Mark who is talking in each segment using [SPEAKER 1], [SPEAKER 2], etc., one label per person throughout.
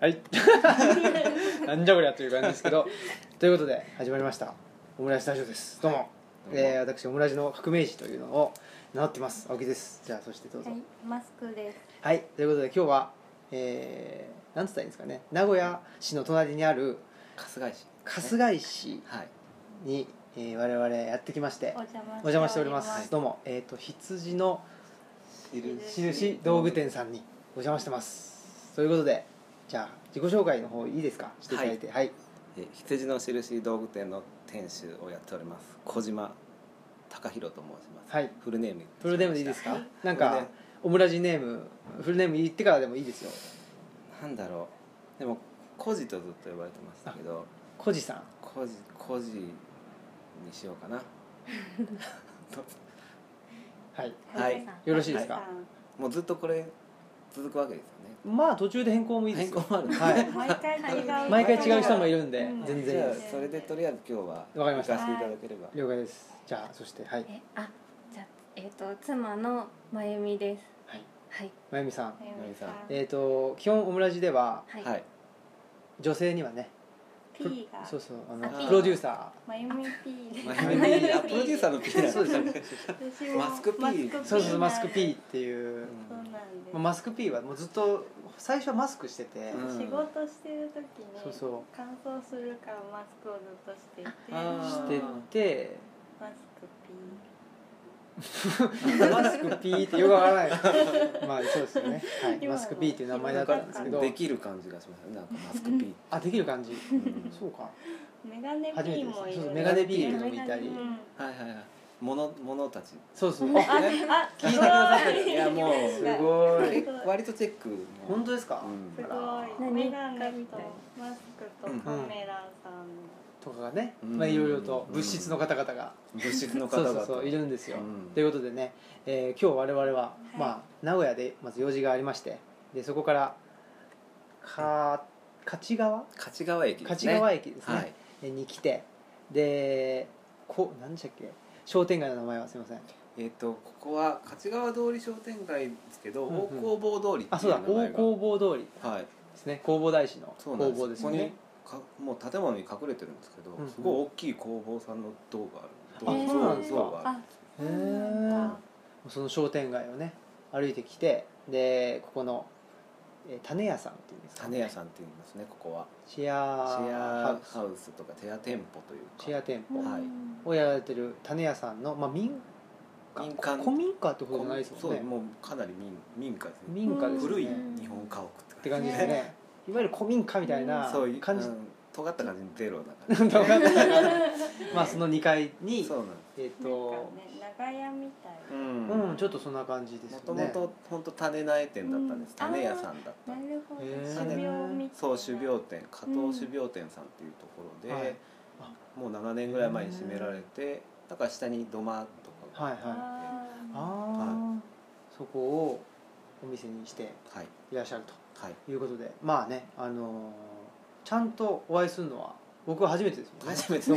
[SPEAKER 1] はい。 なんじゃこりゃという感じですけど。ということで、始まりました。オムライスラジオです。どうも。
[SPEAKER 2] どうも
[SPEAKER 1] えー、私、オムライスの革命児というのを名乗ってます。青木です。じゃあ、そしてどうぞ。
[SPEAKER 3] は
[SPEAKER 1] はいい、、
[SPEAKER 3] マスクです。
[SPEAKER 1] ということで、今日は、えー、なんつったらいいんですかね。名古屋市の隣にある
[SPEAKER 2] 春日井市
[SPEAKER 1] 春日井市
[SPEAKER 2] はい
[SPEAKER 1] に、えー、我々やってきまして
[SPEAKER 3] お。邪魔
[SPEAKER 1] お邪魔しております。
[SPEAKER 3] はい
[SPEAKER 1] どうも、えっ、と、羊の
[SPEAKER 3] 印
[SPEAKER 1] 印道具店さんにお邪魔してます。ということで、じゃあ、自己紹介の方いいですか。していただいて、はい
[SPEAKER 2] えー羊の印道具店の店主をやっております小島貴弘と申します、
[SPEAKER 1] はい
[SPEAKER 2] フルネーム
[SPEAKER 1] フルネームでいいですか、
[SPEAKER 3] はい
[SPEAKER 1] なん
[SPEAKER 2] フル
[SPEAKER 1] か
[SPEAKER 2] ネ
[SPEAKER 1] オムラジネームフルネーム言ってからでもいいですよ
[SPEAKER 2] なんだろうでもコジとずっと呼ばれてましたけど
[SPEAKER 1] コジさん
[SPEAKER 2] コジコジにしようかな
[SPEAKER 1] はい
[SPEAKER 2] はい
[SPEAKER 3] 小島さん
[SPEAKER 1] よろしいですか
[SPEAKER 3] は
[SPEAKER 2] もうずっとこれ続くわけですよね
[SPEAKER 1] まあ途中で変更もいいです
[SPEAKER 2] 変
[SPEAKER 1] よ
[SPEAKER 2] 更もあるね
[SPEAKER 1] はい
[SPEAKER 3] 毎回違う。
[SPEAKER 1] 毎回違う人もい
[SPEAKER 3] る。
[SPEAKER 1] るんで、
[SPEAKER 3] うん
[SPEAKER 1] 全
[SPEAKER 2] じ
[SPEAKER 1] 然いい
[SPEAKER 2] ゃ
[SPEAKER 1] で
[SPEAKER 2] あ
[SPEAKER 1] す
[SPEAKER 2] それでとりあえず今日は
[SPEAKER 1] わかりま
[SPEAKER 2] 行
[SPEAKER 1] した
[SPEAKER 2] かせていただければ
[SPEAKER 1] 了解ですじゃあそしてはい
[SPEAKER 4] えあじゃあえっ、と妻のまゆみです
[SPEAKER 1] はい
[SPEAKER 4] はい
[SPEAKER 1] まゆみさん
[SPEAKER 3] まゆみさん
[SPEAKER 1] えっ、と基本オムラジでは
[SPEAKER 4] はい、
[SPEAKER 2] はい
[SPEAKER 1] 女性にはねプロ
[SPEAKER 3] P が
[SPEAKER 1] そうそうあ
[SPEAKER 2] あ
[SPEAKER 1] の
[SPEAKER 2] P
[SPEAKER 1] プロデューサ
[SPEAKER 3] まゆみ P です。
[SPEAKER 2] まあ MD あプロデューサーの P な
[SPEAKER 1] ー
[SPEAKER 2] んだ
[SPEAKER 1] そうですね
[SPEAKER 3] 私も
[SPEAKER 2] マスク P
[SPEAKER 3] マスク
[SPEAKER 1] そうそうそうマスク P っ
[SPEAKER 3] なんで
[SPEAKER 1] ていう、
[SPEAKER 3] そうなんです。
[SPEAKER 1] まあマスク P はもうずっと最初はマスクしてて、
[SPEAKER 2] うん
[SPEAKER 3] 仕事してる時に
[SPEAKER 1] そうそ
[SPEAKER 3] 乾燥するからマスクをずっとしていて、
[SPEAKER 2] あ
[SPEAKER 1] し
[SPEAKER 2] ー
[SPEAKER 1] てて
[SPEAKER 3] マスク P。
[SPEAKER 1] マスク P ってよくわからないまあそうですよね、はい、マスク P っていう名前だったんですけど
[SPEAKER 2] できる感じがしますねなんかマスク P
[SPEAKER 1] あできる感じ
[SPEAKER 2] うん
[SPEAKER 1] そうか
[SPEAKER 3] メガネ
[SPEAKER 1] 初め
[SPEAKER 3] P
[SPEAKER 1] てです
[SPEAKER 3] もい
[SPEAKER 1] そうそ
[SPEAKER 3] る。
[SPEAKER 1] うメガネ P
[SPEAKER 2] も
[SPEAKER 1] いたり
[SPEAKER 3] うん
[SPEAKER 2] はいはいはい。もの、ものたち。
[SPEAKER 1] そうそう
[SPEAKER 2] あ
[SPEAKER 1] あ
[SPEAKER 2] ね
[SPEAKER 3] あ、
[SPEAKER 2] 聞いてください。
[SPEAKER 3] すご
[SPEAKER 2] いや、もう。
[SPEAKER 1] すごい
[SPEAKER 2] 割割とチェック。
[SPEAKER 1] 本当ですか、
[SPEAKER 3] す
[SPEAKER 2] う
[SPEAKER 3] ごい。
[SPEAKER 4] 何
[SPEAKER 3] メガネとマスクと
[SPEAKER 2] うん
[SPEAKER 3] カメラさん。
[SPEAKER 1] とかがね、
[SPEAKER 2] うん
[SPEAKER 1] まあ、いろいろと物質の方々が、
[SPEAKER 2] ん。物質の方
[SPEAKER 1] そう
[SPEAKER 2] 々。
[SPEAKER 1] そうそういるんですよ、
[SPEAKER 2] うん
[SPEAKER 1] ということでね、えー今日我々は、まあ、名古屋でまず用事がありましてでそこからか勝川
[SPEAKER 2] 勝川駅ですね。
[SPEAKER 1] 勝川駅ですね
[SPEAKER 2] はい。
[SPEAKER 1] えに来てでこ何でしたっけ商店街の名前はすいません
[SPEAKER 2] えっと、ここは勝川通り商店街ですけど、
[SPEAKER 1] うんうん
[SPEAKER 2] 大工房通りって
[SPEAKER 1] あ
[SPEAKER 2] い
[SPEAKER 1] そうだ
[SPEAKER 2] う名
[SPEAKER 1] 大
[SPEAKER 2] 前が。
[SPEAKER 1] 工房通り
[SPEAKER 2] はい。
[SPEAKER 1] ですね工房大師の
[SPEAKER 2] そうな
[SPEAKER 1] 工
[SPEAKER 2] んです。
[SPEAKER 1] 房ですよね
[SPEAKER 2] ここに。か、もう建物に隠れてるんですけど
[SPEAKER 1] うん、
[SPEAKER 2] すごい大きい工房さんの像がある。
[SPEAKER 1] あそうなんですか
[SPEAKER 2] 像がある。
[SPEAKER 4] あ
[SPEAKER 1] へえその商店街をね歩いてきてでここの、えー種屋さんっていうんですか
[SPEAKER 2] 種屋さんって言いますね、ここは。
[SPEAKER 1] シェア
[SPEAKER 2] シェ
[SPEAKER 1] ハ
[SPEAKER 2] ア
[SPEAKER 1] ウス
[SPEAKER 2] ハウスとか、シェア店舗というか。
[SPEAKER 1] シェア店舗
[SPEAKER 2] はい
[SPEAKER 1] をやられてる種屋さんの、まあ、民家
[SPEAKER 2] 民間
[SPEAKER 1] 古民家ってことじゃないですもん
[SPEAKER 2] そう
[SPEAKER 1] ね
[SPEAKER 2] もうかなり民民家ですね
[SPEAKER 1] 民家ですよ
[SPEAKER 2] 古い
[SPEAKER 1] ね
[SPEAKER 4] うん
[SPEAKER 2] 日本家屋っ
[SPEAKER 1] って
[SPEAKER 2] て
[SPEAKER 1] 感
[SPEAKER 2] 感
[SPEAKER 1] じで
[SPEAKER 2] じですすね
[SPEAKER 1] ねいわゆる古民家みたいな
[SPEAKER 2] そういう
[SPEAKER 1] 感じ
[SPEAKER 2] うん尖った感じのゼロだ か
[SPEAKER 1] なんか分かんない からまあその2階
[SPEAKER 2] ら
[SPEAKER 1] に
[SPEAKER 2] そうなんで
[SPEAKER 1] えっ、
[SPEAKER 3] なん
[SPEAKER 1] と
[SPEAKER 3] かね、長屋みたい
[SPEAKER 2] すう
[SPEAKER 1] うんんちょっとそんな感じです
[SPEAKER 2] も
[SPEAKER 1] よ
[SPEAKER 2] と
[SPEAKER 1] ね
[SPEAKER 2] もと本当種苗店だったんです
[SPEAKER 3] うん
[SPEAKER 2] 種屋さんだっ
[SPEAKER 3] な。
[SPEAKER 2] た
[SPEAKER 3] なるほど。
[SPEAKER 1] へー
[SPEAKER 3] 種みたいな。
[SPEAKER 2] そう種苗店加藤種苗店さんっていうところ
[SPEAKER 1] はい
[SPEAKER 2] でもう7年ぐらい前に閉められてだから下に土間とか
[SPEAKER 1] はいはい
[SPEAKER 3] あー
[SPEAKER 1] ああ、そこをお店にして
[SPEAKER 2] はい
[SPEAKER 1] いらっしゃる
[SPEAKER 2] はい
[SPEAKER 1] ということでまあねあのーちゃんとお会いするのは僕は初めてですもんね
[SPEAKER 2] 初めて の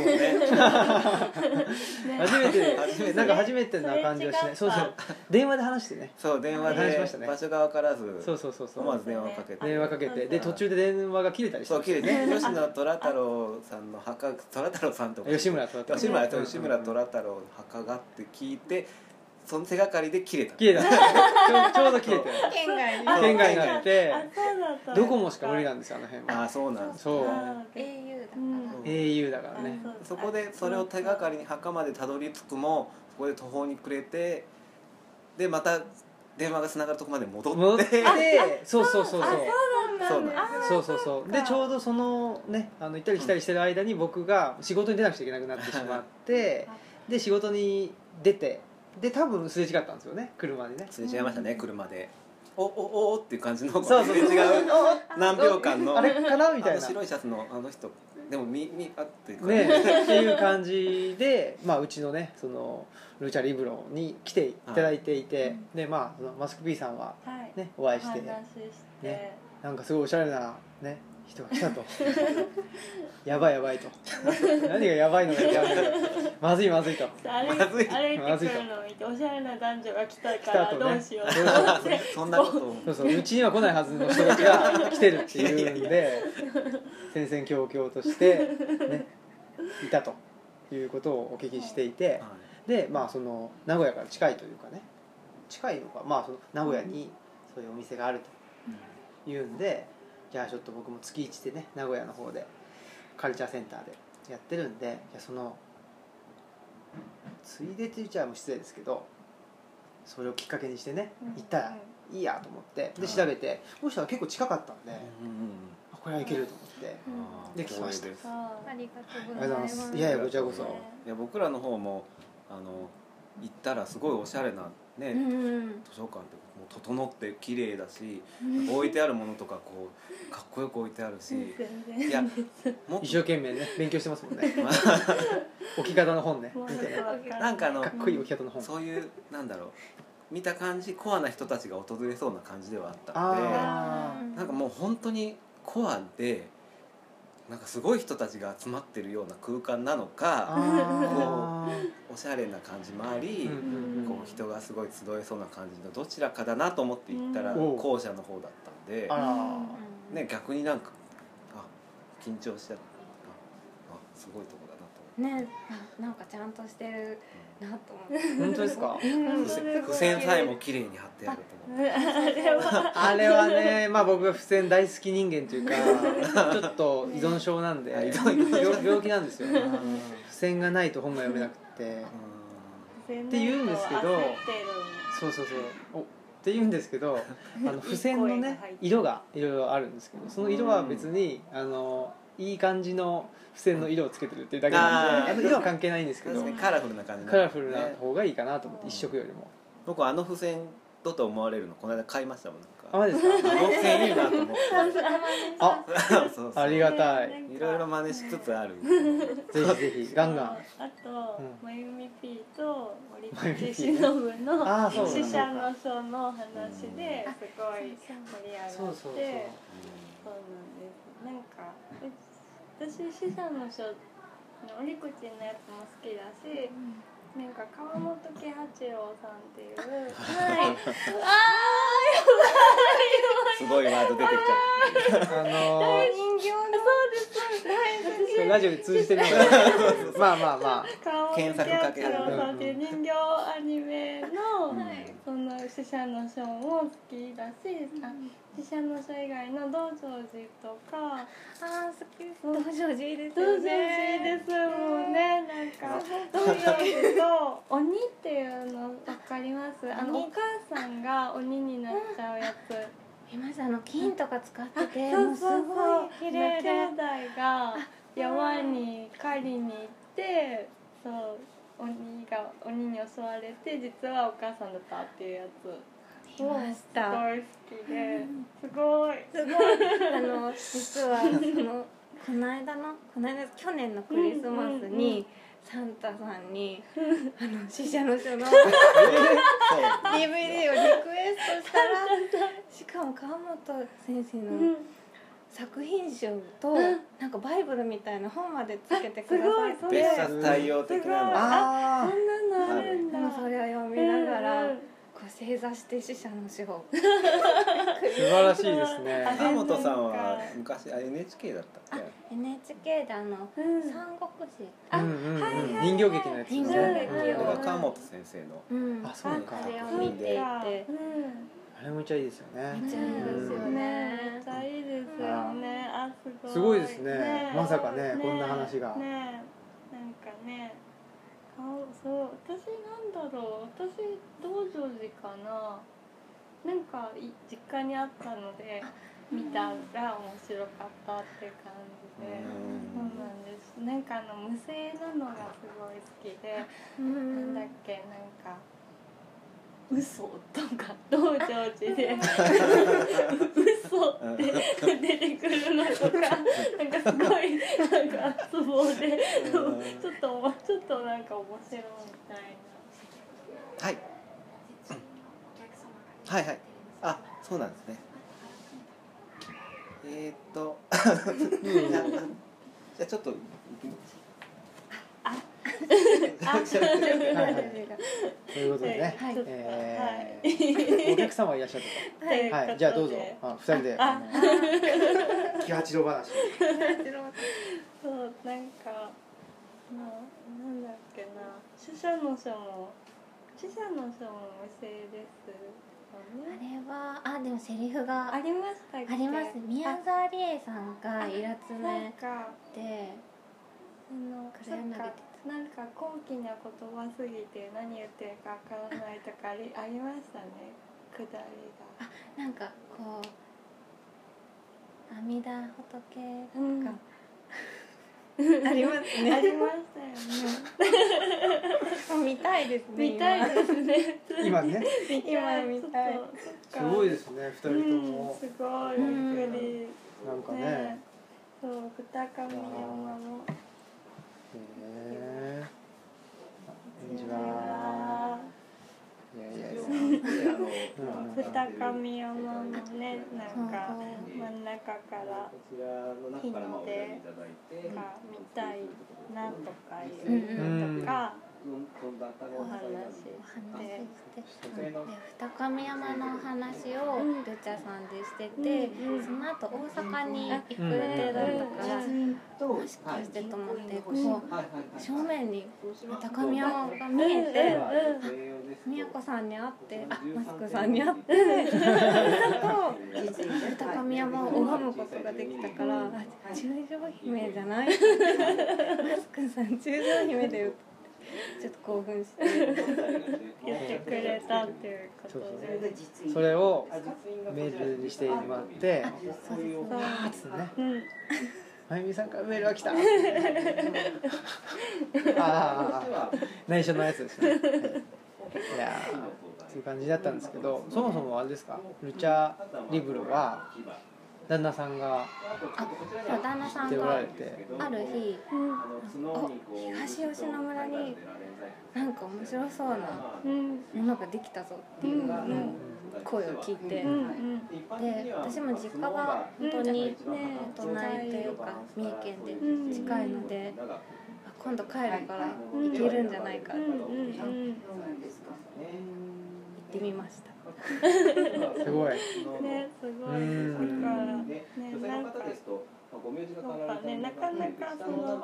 [SPEAKER 2] ね
[SPEAKER 3] ね
[SPEAKER 1] 初めて
[SPEAKER 2] 初めて
[SPEAKER 1] なんか初めてな感じはしない
[SPEAKER 3] そ
[SPEAKER 1] そう
[SPEAKER 3] れ
[SPEAKER 1] そ
[SPEAKER 3] 違った
[SPEAKER 1] う電話で話してね
[SPEAKER 2] そう電
[SPEAKER 1] 話
[SPEAKER 2] 話
[SPEAKER 1] しま
[SPEAKER 2] で
[SPEAKER 1] したね
[SPEAKER 2] 場所が分からず
[SPEAKER 1] そうそうそうそ
[SPEAKER 2] 思わ
[SPEAKER 1] う
[SPEAKER 2] ず電話をかけて
[SPEAKER 1] 電話かけてで途中で電話が切れたりして
[SPEAKER 2] そう
[SPEAKER 1] ました
[SPEAKER 2] 綺
[SPEAKER 1] ね
[SPEAKER 2] 麗 ね吉野虎太郎さんの墓虎太郎さんとか
[SPEAKER 1] 吉村と
[SPEAKER 2] 吉村と
[SPEAKER 1] うん
[SPEAKER 2] 吉村虎太郎の墓がって聞いてその手がかりで切れた
[SPEAKER 1] 切れたちょうちょうど切れて
[SPEAKER 4] 県外に
[SPEAKER 3] あ
[SPEAKER 1] 県外になって
[SPEAKER 3] あ、そうだった。
[SPEAKER 1] ドコモしか無理なんですよあの辺
[SPEAKER 2] あ
[SPEAKER 1] は
[SPEAKER 2] あそうなんですね
[SPEAKER 1] そう
[SPEAKER 3] あー
[SPEAKER 4] au だから、
[SPEAKER 3] うん
[SPEAKER 2] え
[SPEAKER 1] au だからね
[SPEAKER 3] あ
[SPEAKER 2] そこでそれを手がかりに墓までたどり着くもそこで途方に暮れてでまた電話がつながるとこまで戻
[SPEAKER 1] 戻
[SPEAKER 2] っ
[SPEAKER 1] っててそうそうそうそう
[SPEAKER 2] そうなんです
[SPEAKER 1] そうそうそうで
[SPEAKER 3] か
[SPEAKER 1] ちょうどそのねあの行ったり来たりしてる間に僕が仕事に出なくちゃいけなくなってしまってで仕事に出てで多分すれ違ったんですよね車でね
[SPEAKER 2] すれ違いましたね車でおおおおっていう感じのこ
[SPEAKER 1] そう
[SPEAKER 2] す
[SPEAKER 1] そう
[SPEAKER 2] れ
[SPEAKER 1] そう
[SPEAKER 2] 違う何秒間の
[SPEAKER 1] あれかなみたい
[SPEAKER 2] あ
[SPEAKER 1] な
[SPEAKER 2] の白いシャツのあの人でもみみあっていう感じ
[SPEAKER 1] ねっていう感じで、まあ、うちのねそのルチャリブロに来ていただいていて、
[SPEAKER 3] い
[SPEAKER 1] でまあそのマスク P さんは
[SPEAKER 3] はい。
[SPEAKER 1] ねお会いし
[SPEAKER 3] お
[SPEAKER 1] て
[SPEAKER 3] 話しして。
[SPEAKER 1] ねなんかすごいおしゃれなね人が来たと やばいやばいと何がやばいのかやばいまずいまずいと
[SPEAKER 3] 歩い
[SPEAKER 2] まずい
[SPEAKER 3] 歩いてくるのを見ておしゃれな男女が来たか
[SPEAKER 1] 来た
[SPEAKER 3] ら
[SPEAKER 1] とね
[SPEAKER 3] どうしようと思って
[SPEAKER 2] そんなことを
[SPEAKER 1] そうそううちには来ないはずの人たちが来てるっていうんで戦々恐々として、ね、いたということをお聞きしていて
[SPEAKER 2] は
[SPEAKER 1] でまあその名古屋から近いというかね近いのかまあその名古屋にそういうお店があるというんでじゃあちょっと僕も月一でね名古屋の方でカルチャーセンターでやってるんでじゃあそのついでって言っちゃもう失礼ですけどそれをきっかけにしてね行ったらいいやと思ってで
[SPEAKER 2] はい
[SPEAKER 1] 調べてそしたら結構近かったんで、
[SPEAKER 2] いうんうんうん
[SPEAKER 1] あこれはいけると思って、
[SPEAKER 3] うん
[SPEAKER 2] あー
[SPEAKER 1] できました
[SPEAKER 2] 光栄です
[SPEAKER 4] ありがとう
[SPEAKER 1] ありがとご
[SPEAKER 4] ございうま
[SPEAKER 1] ざいます
[SPEAKER 4] す。
[SPEAKER 1] いやいやこちらこそ
[SPEAKER 2] いや僕らの方もあの行ったらすごいおしゃれなね、
[SPEAKER 4] うんうん
[SPEAKER 2] 図書館ってもう整って綺麗だし
[SPEAKER 4] うん。
[SPEAKER 2] 置いてあるものとかこうかっこよく置いてあるし
[SPEAKER 3] 全然
[SPEAKER 2] い やもっ
[SPEAKER 1] 一
[SPEAKER 2] と
[SPEAKER 1] 生懸命ね勉強してますもん ね
[SPEAKER 2] ま
[SPEAKER 1] 置き方の本ね
[SPEAKER 3] もう
[SPEAKER 1] 見
[SPEAKER 3] よ
[SPEAKER 1] て
[SPEAKER 3] く
[SPEAKER 1] ね
[SPEAKER 3] わかんない
[SPEAKER 2] なんかあの
[SPEAKER 1] かっこいい置き方の
[SPEAKER 2] あ
[SPEAKER 1] 本
[SPEAKER 2] そういうなんだろう見た感じコアな人たちが訪れそうな感じではあった
[SPEAKER 1] あ
[SPEAKER 2] の
[SPEAKER 1] あ
[SPEAKER 2] でなんかもう本当にコアでなんかすごい人たちが集まってるような空間なのか
[SPEAKER 1] あ
[SPEAKER 2] おしゃれな感じもあ
[SPEAKER 1] ー
[SPEAKER 2] り、
[SPEAKER 1] うんうんうん
[SPEAKER 2] こう人がすごい集えそうな感じのどちらかだなと思って行ったら
[SPEAKER 1] うん
[SPEAKER 2] 後者の方だったんで
[SPEAKER 1] あ、ら
[SPEAKER 4] うん
[SPEAKER 2] ね、逆になんかあ緊張しちゃったああすごいとこだなと思って
[SPEAKER 4] ねあなんかちゃんとしてるなと思って。
[SPEAKER 1] 本当ですか
[SPEAKER 4] うん
[SPEAKER 2] 付箋付箋さえも綺麗に貼ってあると思って
[SPEAKER 3] あれは
[SPEAKER 1] あれはね、まあ、僕が付箋大好き人間というかちょっと依存症なんで
[SPEAKER 2] あ依
[SPEAKER 1] 病病気なんですよ
[SPEAKER 2] う
[SPEAKER 1] 付
[SPEAKER 2] ん
[SPEAKER 1] 箋がないと本が読めなくてて言うんですけど
[SPEAKER 3] 焦って
[SPEAKER 1] そうそうそうおって言うんですけどあの付箋のね
[SPEAKER 3] いい
[SPEAKER 1] 色がいろいろあるんですけどその色は別にあのいい感じの付箋の色をつけてるっていうだけなんで
[SPEAKER 2] あー
[SPEAKER 1] あの色は関係ないんですけ
[SPEAKER 2] 確
[SPEAKER 1] ど
[SPEAKER 2] かにカラフルな感じ
[SPEAKER 1] カラフルな
[SPEAKER 2] ね
[SPEAKER 1] 方がいいかなと思って一色よりも
[SPEAKER 2] 僕あの付箋だと思われるのこの間買いましたもんなん
[SPEAKER 1] あ
[SPEAKER 2] か
[SPEAKER 1] マジ ですか
[SPEAKER 2] あの付箋いいなと思って
[SPEAKER 1] あ
[SPEAKER 2] そうそう
[SPEAKER 1] ありがたい
[SPEAKER 2] いろいろ真似しつつある
[SPEAKER 1] ぜひぜひガンガン
[SPEAKER 3] あと、
[SPEAKER 1] う
[SPEAKER 3] まゆみ P と森
[SPEAKER 1] まゆみ P
[SPEAKER 3] 口忍の
[SPEAKER 1] あーそう
[SPEAKER 2] だ
[SPEAKER 3] 死者の書の話ですごい盛り上がって
[SPEAKER 1] そうそうそう
[SPEAKER 3] そうなんですなんかうち私死者の書の折口のやつも好きだしなんか川本喜八郎さんっていう
[SPEAKER 4] はい。
[SPEAKER 2] すごいワード出てきちゃっ
[SPEAKER 1] あのー
[SPEAKER 4] 人形の。
[SPEAKER 1] それラジオで通じてるので まあまあま
[SPEAKER 3] 川本喜
[SPEAKER 2] 検索かけ
[SPEAKER 3] 八郎さんっていう人形アニメの、
[SPEAKER 2] た、
[SPEAKER 4] はい
[SPEAKER 2] うん
[SPEAKER 3] その死者の書も好きだし、あ死者の書以外の道成寺とか
[SPEAKER 4] ああ、好き。道場寺いいです
[SPEAKER 3] 道
[SPEAKER 4] よ
[SPEAKER 3] 成寺
[SPEAKER 4] ね。
[SPEAKER 3] ですもんねなんか道成寺と鬼っていうの分かりますあの
[SPEAKER 4] 鬼
[SPEAKER 3] お母さんが鬼になっちゃうやつ
[SPEAKER 4] 今さあの金とか使ってて、
[SPEAKER 3] そ
[SPEAKER 4] も
[SPEAKER 3] う
[SPEAKER 4] うす
[SPEAKER 3] そう
[SPEAKER 4] ご
[SPEAKER 3] そ
[SPEAKER 4] いう綺麗で。
[SPEAKER 3] 兄弟が山に狩りに行ってそう鬼が鬼に襲われて実はお母さんだったっていうやつ
[SPEAKER 4] いました。
[SPEAKER 3] すごい好きで、すごい
[SPEAKER 4] すごいあの実はそのこの間のこの間去年のクリスマスに、サンタさんにあの死者の 書の DVD をリクエストしたらしかも川本先生の作品集となんかバイブルみたいな本までつけてくださって
[SPEAKER 3] すごいそれ
[SPEAKER 2] 別冊対応的な
[SPEAKER 1] あ
[SPEAKER 2] のが
[SPEAKER 3] そ
[SPEAKER 1] ああ
[SPEAKER 3] んなのあるんだ
[SPEAKER 4] でもそれを読みながら、こう正座して死者の書を
[SPEAKER 1] 素晴らしいです
[SPEAKER 3] あ
[SPEAKER 1] ね
[SPEAKER 2] 川本さんは昔あ NHK だったっけ
[SPEAKER 4] NHK であの
[SPEAKER 3] うんうん
[SPEAKER 4] 三国志
[SPEAKER 1] うん
[SPEAKER 4] あ
[SPEAKER 1] うん
[SPEAKER 3] はいはい
[SPEAKER 1] うん
[SPEAKER 3] はい
[SPEAKER 1] 人形劇のやつ
[SPEAKER 4] 人
[SPEAKER 1] ね
[SPEAKER 4] 形劇
[SPEAKER 2] これ
[SPEAKER 4] を
[SPEAKER 2] が川本先生の
[SPEAKER 4] うん、
[SPEAKER 1] あそうか
[SPEAKER 4] あれを見ていて
[SPEAKER 3] う
[SPEAKER 1] あれもめっちゃいいですよね
[SPEAKER 4] めっちゃいいですよ
[SPEAKER 3] ん、
[SPEAKER 4] ね
[SPEAKER 3] ねめっちゃいいですよねあすごい
[SPEAKER 1] すごいですねまさかねこんな話が
[SPEAKER 3] ねなんかね顔そう私なんだろう私道成寺かななんかい実家にあったので見たら面白かったっていう感じで、そうなんですなんかあの無声なのがすごい好きで、
[SPEAKER 4] うん
[SPEAKER 3] なんだっけなんか嘘とか道成 寺で嘘
[SPEAKER 2] うん
[SPEAKER 3] 出てくるのとかなんかすごいなんか熱望でちょ
[SPEAKER 2] うん
[SPEAKER 3] っとおもちょっとなんか面白いみたい
[SPEAKER 2] はいはいはいあそうなんですねえー、っと
[SPEAKER 1] うん
[SPEAKER 2] じゃあちょっと
[SPEAKER 4] あ、そういうことですか
[SPEAKER 1] ということでね、
[SPEAKER 4] はい
[SPEAKER 3] ちょっと
[SPEAKER 1] え
[SPEAKER 3] はい
[SPEAKER 1] ーお客様いらっしゃる
[SPEAKER 4] は
[SPEAKER 3] という
[SPEAKER 4] い
[SPEAKER 1] と、
[SPEAKER 3] こと
[SPEAKER 1] は
[SPEAKER 3] で
[SPEAKER 1] い、じゃあどうぞあ二人であの喜八郎話
[SPEAKER 3] そうなんかななんだっけな死者の書も死者の書も無声ですよ
[SPEAKER 4] あ
[SPEAKER 3] ね
[SPEAKER 4] れはあでもセリフが
[SPEAKER 3] ありましたっけ
[SPEAKER 4] あります宮沢りえさんがイラつ
[SPEAKER 3] あな
[SPEAKER 4] め
[SPEAKER 3] んか
[SPEAKER 4] て
[SPEAKER 3] あの
[SPEAKER 4] クレヨン投げて
[SPEAKER 3] そっかなんか高貴な言葉すぎて何言ってるかわからないとかありありましたねくだりが
[SPEAKER 4] なんかこう阿弥陀仏
[SPEAKER 3] うん
[SPEAKER 4] かありますね
[SPEAKER 3] ありましたよ ね
[SPEAKER 4] 見たいですね
[SPEAKER 3] 見たいですね
[SPEAKER 1] 今ね
[SPEAKER 4] 今見たい
[SPEAKER 3] ちょっとそっ
[SPEAKER 1] す
[SPEAKER 3] か
[SPEAKER 1] ごいですね二人と
[SPEAKER 3] うん
[SPEAKER 1] も
[SPEAKER 3] すごい
[SPEAKER 4] うん
[SPEAKER 3] びっくり
[SPEAKER 1] なんかね
[SPEAKER 3] ねそう二上山も
[SPEAKER 1] へえこんにちは
[SPEAKER 3] はい
[SPEAKER 1] やいやいや
[SPEAKER 3] 二上山もねなんか真ん中から
[SPEAKER 2] こちらの中からまあお選びいただいて
[SPEAKER 3] なんか見たいなんとかいううん
[SPEAKER 4] うん
[SPEAKER 3] のとか
[SPEAKER 2] お
[SPEAKER 3] お話
[SPEAKER 4] お話
[SPEAKER 3] で
[SPEAKER 4] ししてで二上山のお話
[SPEAKER 3] う
[SPEAKER 4] を
[SPEAKER 3] ん
[SPEAKER 4] ルチャさんでしてて、
[SPEAKER 3] うん
[SPEAKER 4] その後大阪に行く予
[SPEAKER 1] うん
[SPEAKER 4] 定だったから、
[SPEAKER 3] うん
[SPEAKER 4] もしかしてと思ってこ
[SPEAKER 3] うん
[SPEAKER 4] う正面に二上山が見え
[SPEAKER 3] うんうん
[SPEAKER 4] て。
[SPEAKER 2] 宮
[SPEAKER 4] 宮子
[SPEAKER 2] 古
[SPEAKER 4] さんに会って、あ、マスクさんに会って、と二上山を拝むことができたから、あ、中将姫じゃない。マスクさん中将姫だよ。ちょっと興奮して
[SPEAKER 3] 言ってくれたっていうこ
[SPEAKER 1] そ
[SPEAKER 3] と
[SPEAKER 1] う
[SPEAKER 3] で
[SPEAKER 1] そそれをメールにしてもらって
[SPEAKER 4] そうです
[SPEAKER 1] わーっつってね
[SPEAKER 3] うん
[SPEAKER 1] まゆみさんからメールが来たああ内緒のやつですねはいいやーそういう感じだったんですけどそもそもあれですかルチャリブロは旦那さんが
[SPEAKER 4] そう旦那さ
[SPEAKER 1] 来て
[SPEAKER 4] ん
[SPEAKER 1] お
[SPEAKER 4] が
[SPEAKER 1] られて
[SPEAKER 4] ある日、
[SPEAKER 3] うん
[SPEAKER 4] お東吉野村になんか面白そうな
[SPEAKER 3] うん
[SPEAKER 4] ものができたぞっていうのを声を聞いて、
[SPEAKER 3] うんうん
[SPEAKER 4] で私も実家が本当に、ね隣というか三重県で
[SPEAKER 3] うん
[SPEAKER 4] 近いので、あ今度帰るから行けるんじゃないか
[SPEAKER 3] う
[SPEAKER 4] と
[SPEAKER 3] ん
[SPEAKER 4] 思っ
[SPEAKER 3] うんうん
[SPEAKER 4] てみました。
[SPEAKER 1] すごい
[SPEAKER 3] ねすごいだか
[SPEAKER 1] う
[SPEAKER 3] ら
[SPEAKER 1] ん
[SPEAKER 3] ねなんか
[SPEAKER 2] なんかね
[SPEAKER 3] な
[SPEAKER 2] な
[SPEAKER 3] か
[SPEAKER 2] か
[SPEAKER 3] な
[SPEAKER 2] な
[SPEAKER 3] か
[SPEAKER 2] か
[SPEAKER 3] そ
[SPEAKER 2] そ
[SPEAKER 3] の
[SPEAKER 2] の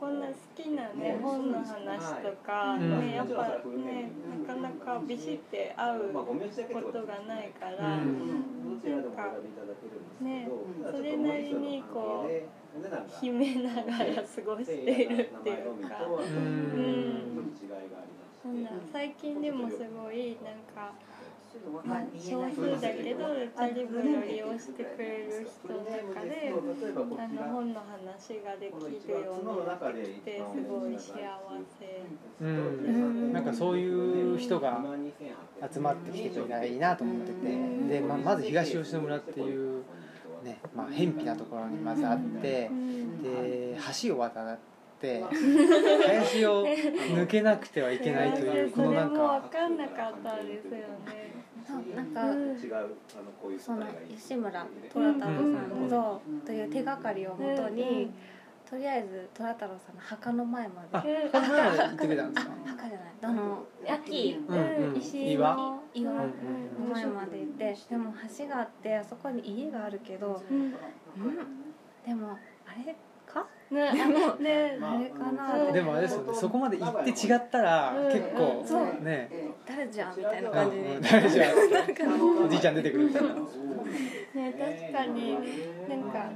[SPEAKER 3] こんな好きなね本の話とか
[SPEAKER 1] うん
[SPEAKER 3] ねやっぱねなかなかビシって合うこ
[SPEAKER 2] ことと
[SPEAKER 3] が
[SPEAKER 2] が
[SPEAKER 3] な
[SPEAKER 2] ないい
[SPEAKER 3] か
[SPEAKER 2] から
[SPEAKER 3] ら
[SPEAKER 1] う
[SPEAKER 2] うんんどちらでもお選びいただけるんですけど
[SPEAKER 5] うん
[SPEAKER 2] ただち
[SPEAKER 3] そ
[SPEAKER 2] ょっと森
[SPEAKER 3] れなり
[SPEAKER 2] 下の
[SPEAKER 3] にこ
[SPEAKER 2] 関
[SPEAKER 3] う
[SPEAKER 2] 係でお値段が
[SPEAKER 3] 秘めながら過ごしているっていうか。
[SPEAKER 1] うん
[SPEAKER 3] なんだろう最近でもすごいなんか少数だけどルチャリブロを利用してくれる人の中であの本の話ができるようになってきてすごい幸せ。
[SPEAKER 1] うんなんかそういう人が集まってきてくれたらいいなと思ってて
[SPEAKER 3] うん
[SPEAKER 1] で、まあ、まず東吉野村っていう、ねまあ、偏僻なところにまずあって
[SPEAKER 3] うん
[SPEAKER 1] で橋を渡って林を抜けなくてはいけないというこのなん
[SPEAKER 3] それもわ
[SPEAKER 1] か
[SPEAKER 3] かんなかったですよね。
[SPEAKER 4] そうなん
[SPEAKER 3] う
[SPEAKER 4] か
[SPEAKER 3] ん
[SPEAKER 2] 違うあのこういう
[SPEAKER 4] そ
[SPEAKER 2] 素
[SPEAKER 4] の
[SPEAKER 2] 材がいい
[SPEAKER 4] 吉村虎太郎さん像という手がかりをもと
[SPEAKER 3] うんう
[SPEAKER 4] に
[SPEAKER 3] ん、
[SPEAKER 4] とりあえず虎太郎さんの墓の前まで、
[SPEAKER 1] あこ
[SPEAKER 4] 墓
[SPEAKER 1] の前まで行ってくれたんですか
[SPEAKER 4] じゃない、あの駅
[SPEAKER 1] うんうん
[SPEAKER 3] 石井
[SPEAKER 1] 岩
[SPEAKER 3] の
[SPEAKER 4] 岩
[SPEAKER 1] うん
[SPEAKER 4] の
[SPEAKER 1] うん
[SPEAKER 4] 前まで行って、でも橋があってあそこに家があるけど、
[SPEAKER 3] うん
[SPEAKER 4] うん、でもあれか
[SPEAKER 3] ねあのね
[SPEAKER 4] あれかな
[SPEAKER 3] う
[SPEAKER 4] っ
[SPEAKER 3] ん
[SPEAKER 4] て
[SPEAKER 1] でもあれですよねそこまで行って違ったら
[SPEAKER 3] うん
[SPEAKER 1] 結構
[SPEAKER 4] そう
[SPEAKER 1] ね
[SPEAKER 4] 誰じゃんみたいな
[SPEAKER 1] うん
[SPEAKER 4] 感じ
[SPEAKER 1] うん
[SPEAKER 4] に
[SPEAKER 1] 大丈夫おじいちゃん出てくるみたいな
[SPEAKER 3] ね確かになんか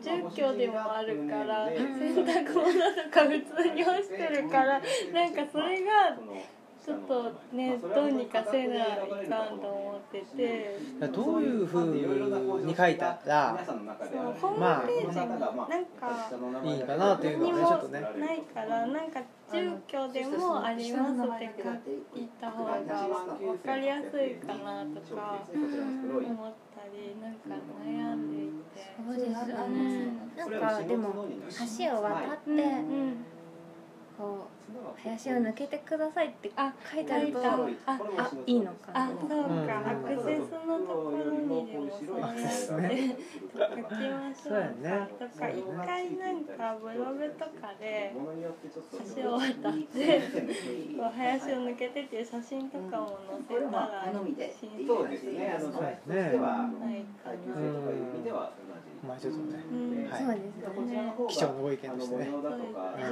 [SPEAKER 3] 住居でもあるから洗濯物とか普通に干してるからなんかそれがちょっとねどうにかせないかんと思ってて
[SPEAKER 1] だからどういうふうに書いたら
[SPEAKER 3] そうホー
[SPEAKER 1] ま
[SPEAKER 3] ム
[SPEAKER 1] あ
[SPEAKER 3] ページになんか
[SPEAKER 1] いいかなっていうの
[SPEAKER 3] 何
[SPEAKER 1] はね
[SPEAKER 3] も
[SPEAKER 1] ちょっとね
[SPEAKER 3] ないからなんか住居でもありますって書いた方が分かりやすいかなとか思ったりなんか悩んでいて。
[SPEAKER 4] そうですよね。なんかでも橋を渡って、
[SPEAKER 3] うんうん
[SPEAKER 4] こう林を抜けてくださいって
[SPEAKER 3] あ
[SPEAKER 4] 書いてあると
[SPEAKER 3] 書いてあ
[SPEAKER 4] あ
[SPEAKER 3] る
[SPEAKER 4] あいいのか
[SPEAKER 3] あ
[SPEAKER 4] な
[SPEAKER 3] そうか、アクセスのところに でもそうやって書きましょ
[SPEAKER 1] そうや
[SPEAKER 3] う
[SPEAKER 1] ね
[SPEAKER 3] かとか一回なんかブログとかで
[SPEAKER 5] 橋を渡って
[SPEAKER 3] こう林を抜けてっていう写真とかも載せたら新鮮
[SPEAKER 5] そうですねあの
[SPEAKER 1] そうですね
[SPEAKER 5] ないかな
[SPEAKER 1] まあちょっとね
[SPEAKER 5] うん
[SPEAKER 1] はい
[SPEAKER 4] そうですよね
[SPEAKER 1] 貴重なご意見ですね
[SPEAKER 3] そうです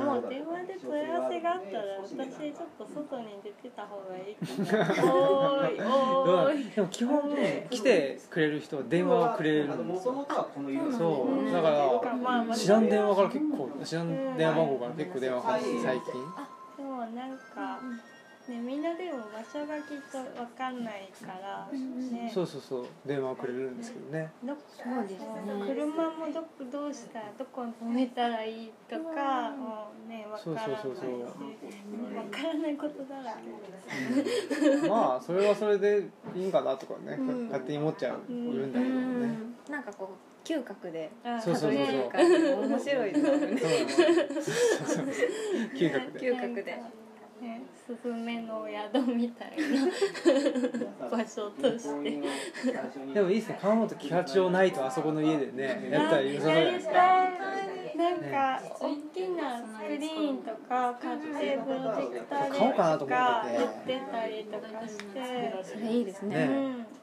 [SPEAKER 3] もう電話で問い合わせがあったら私ちょっと外に出てた方がいいかなおーいおーい
[SPEAKER 1] でも基本ね来てくれる人は電話をくれるんですよそうだから
[SPEAKER 3] まあまあ
[SPEAKER 1] 知らん電話から結構知らん電話番号から結構電話かかってきて最近
[SPEAKER 3] でもなんか、ね、みんなでも場所がきっとわかんないから、ね、
[SPEAKER 1] そうそうそう電話をくれるんですけどね
[SPEAKER 3] どっ
[SPEAKER 4] そうですね
[SPEAKER 3] 車もどこどうしたらどこに止めたらいいとかもうねわか
[SPEAKER 1] そ
[SPEAKER 3] ら
[SPEAKER 1] う
[SPEAKER 3] ないし
[SPEAKER 1] そうそうそう
[SPEAKER 3] わからないことだらけです
[SPEAKER 1] まあそれはそれでいいんかなとかね、
[SPEAKER 4] うん
[SPEAKER 1] 勝手に思っちゃう、
[SPEAKER 3] うん
[SPEAKER 1] いるん
[SPEAKER 4] う
[SPEAKER 1] だけどね、
[SPEAKER 4] んなんかこう嗅覚で
[SPEAKER 3] あ
[SPEAKER 1] そうそうそう
[SPEAKER 4] 例えるから面白いですよね
[SPEAKER 1] そうなのそうそうそう嗅覚で
[SPEAKER 4] 嗅覚で
[SPEAKER 3] ねすすめの宿みたいな場所として
[SPEAKER 1] でもいいですね川本喜八をないとあそこの家でねやったら良さそうじゃないですか
[SPEAKER 3] やりたいなんか大きなスクリーンとか買ってプロジェクター
[SPEAKER 1] 買おうかなと
[SPEAKER 3] でと
[SPEAKER 1] 思っ
[SPEAKER 3] か
[SPEAKER 1] てて
[SPEAKER 3] 売ってたりとかして
[SPEAKER 4] それいいですね
[SPEAKER 1] ね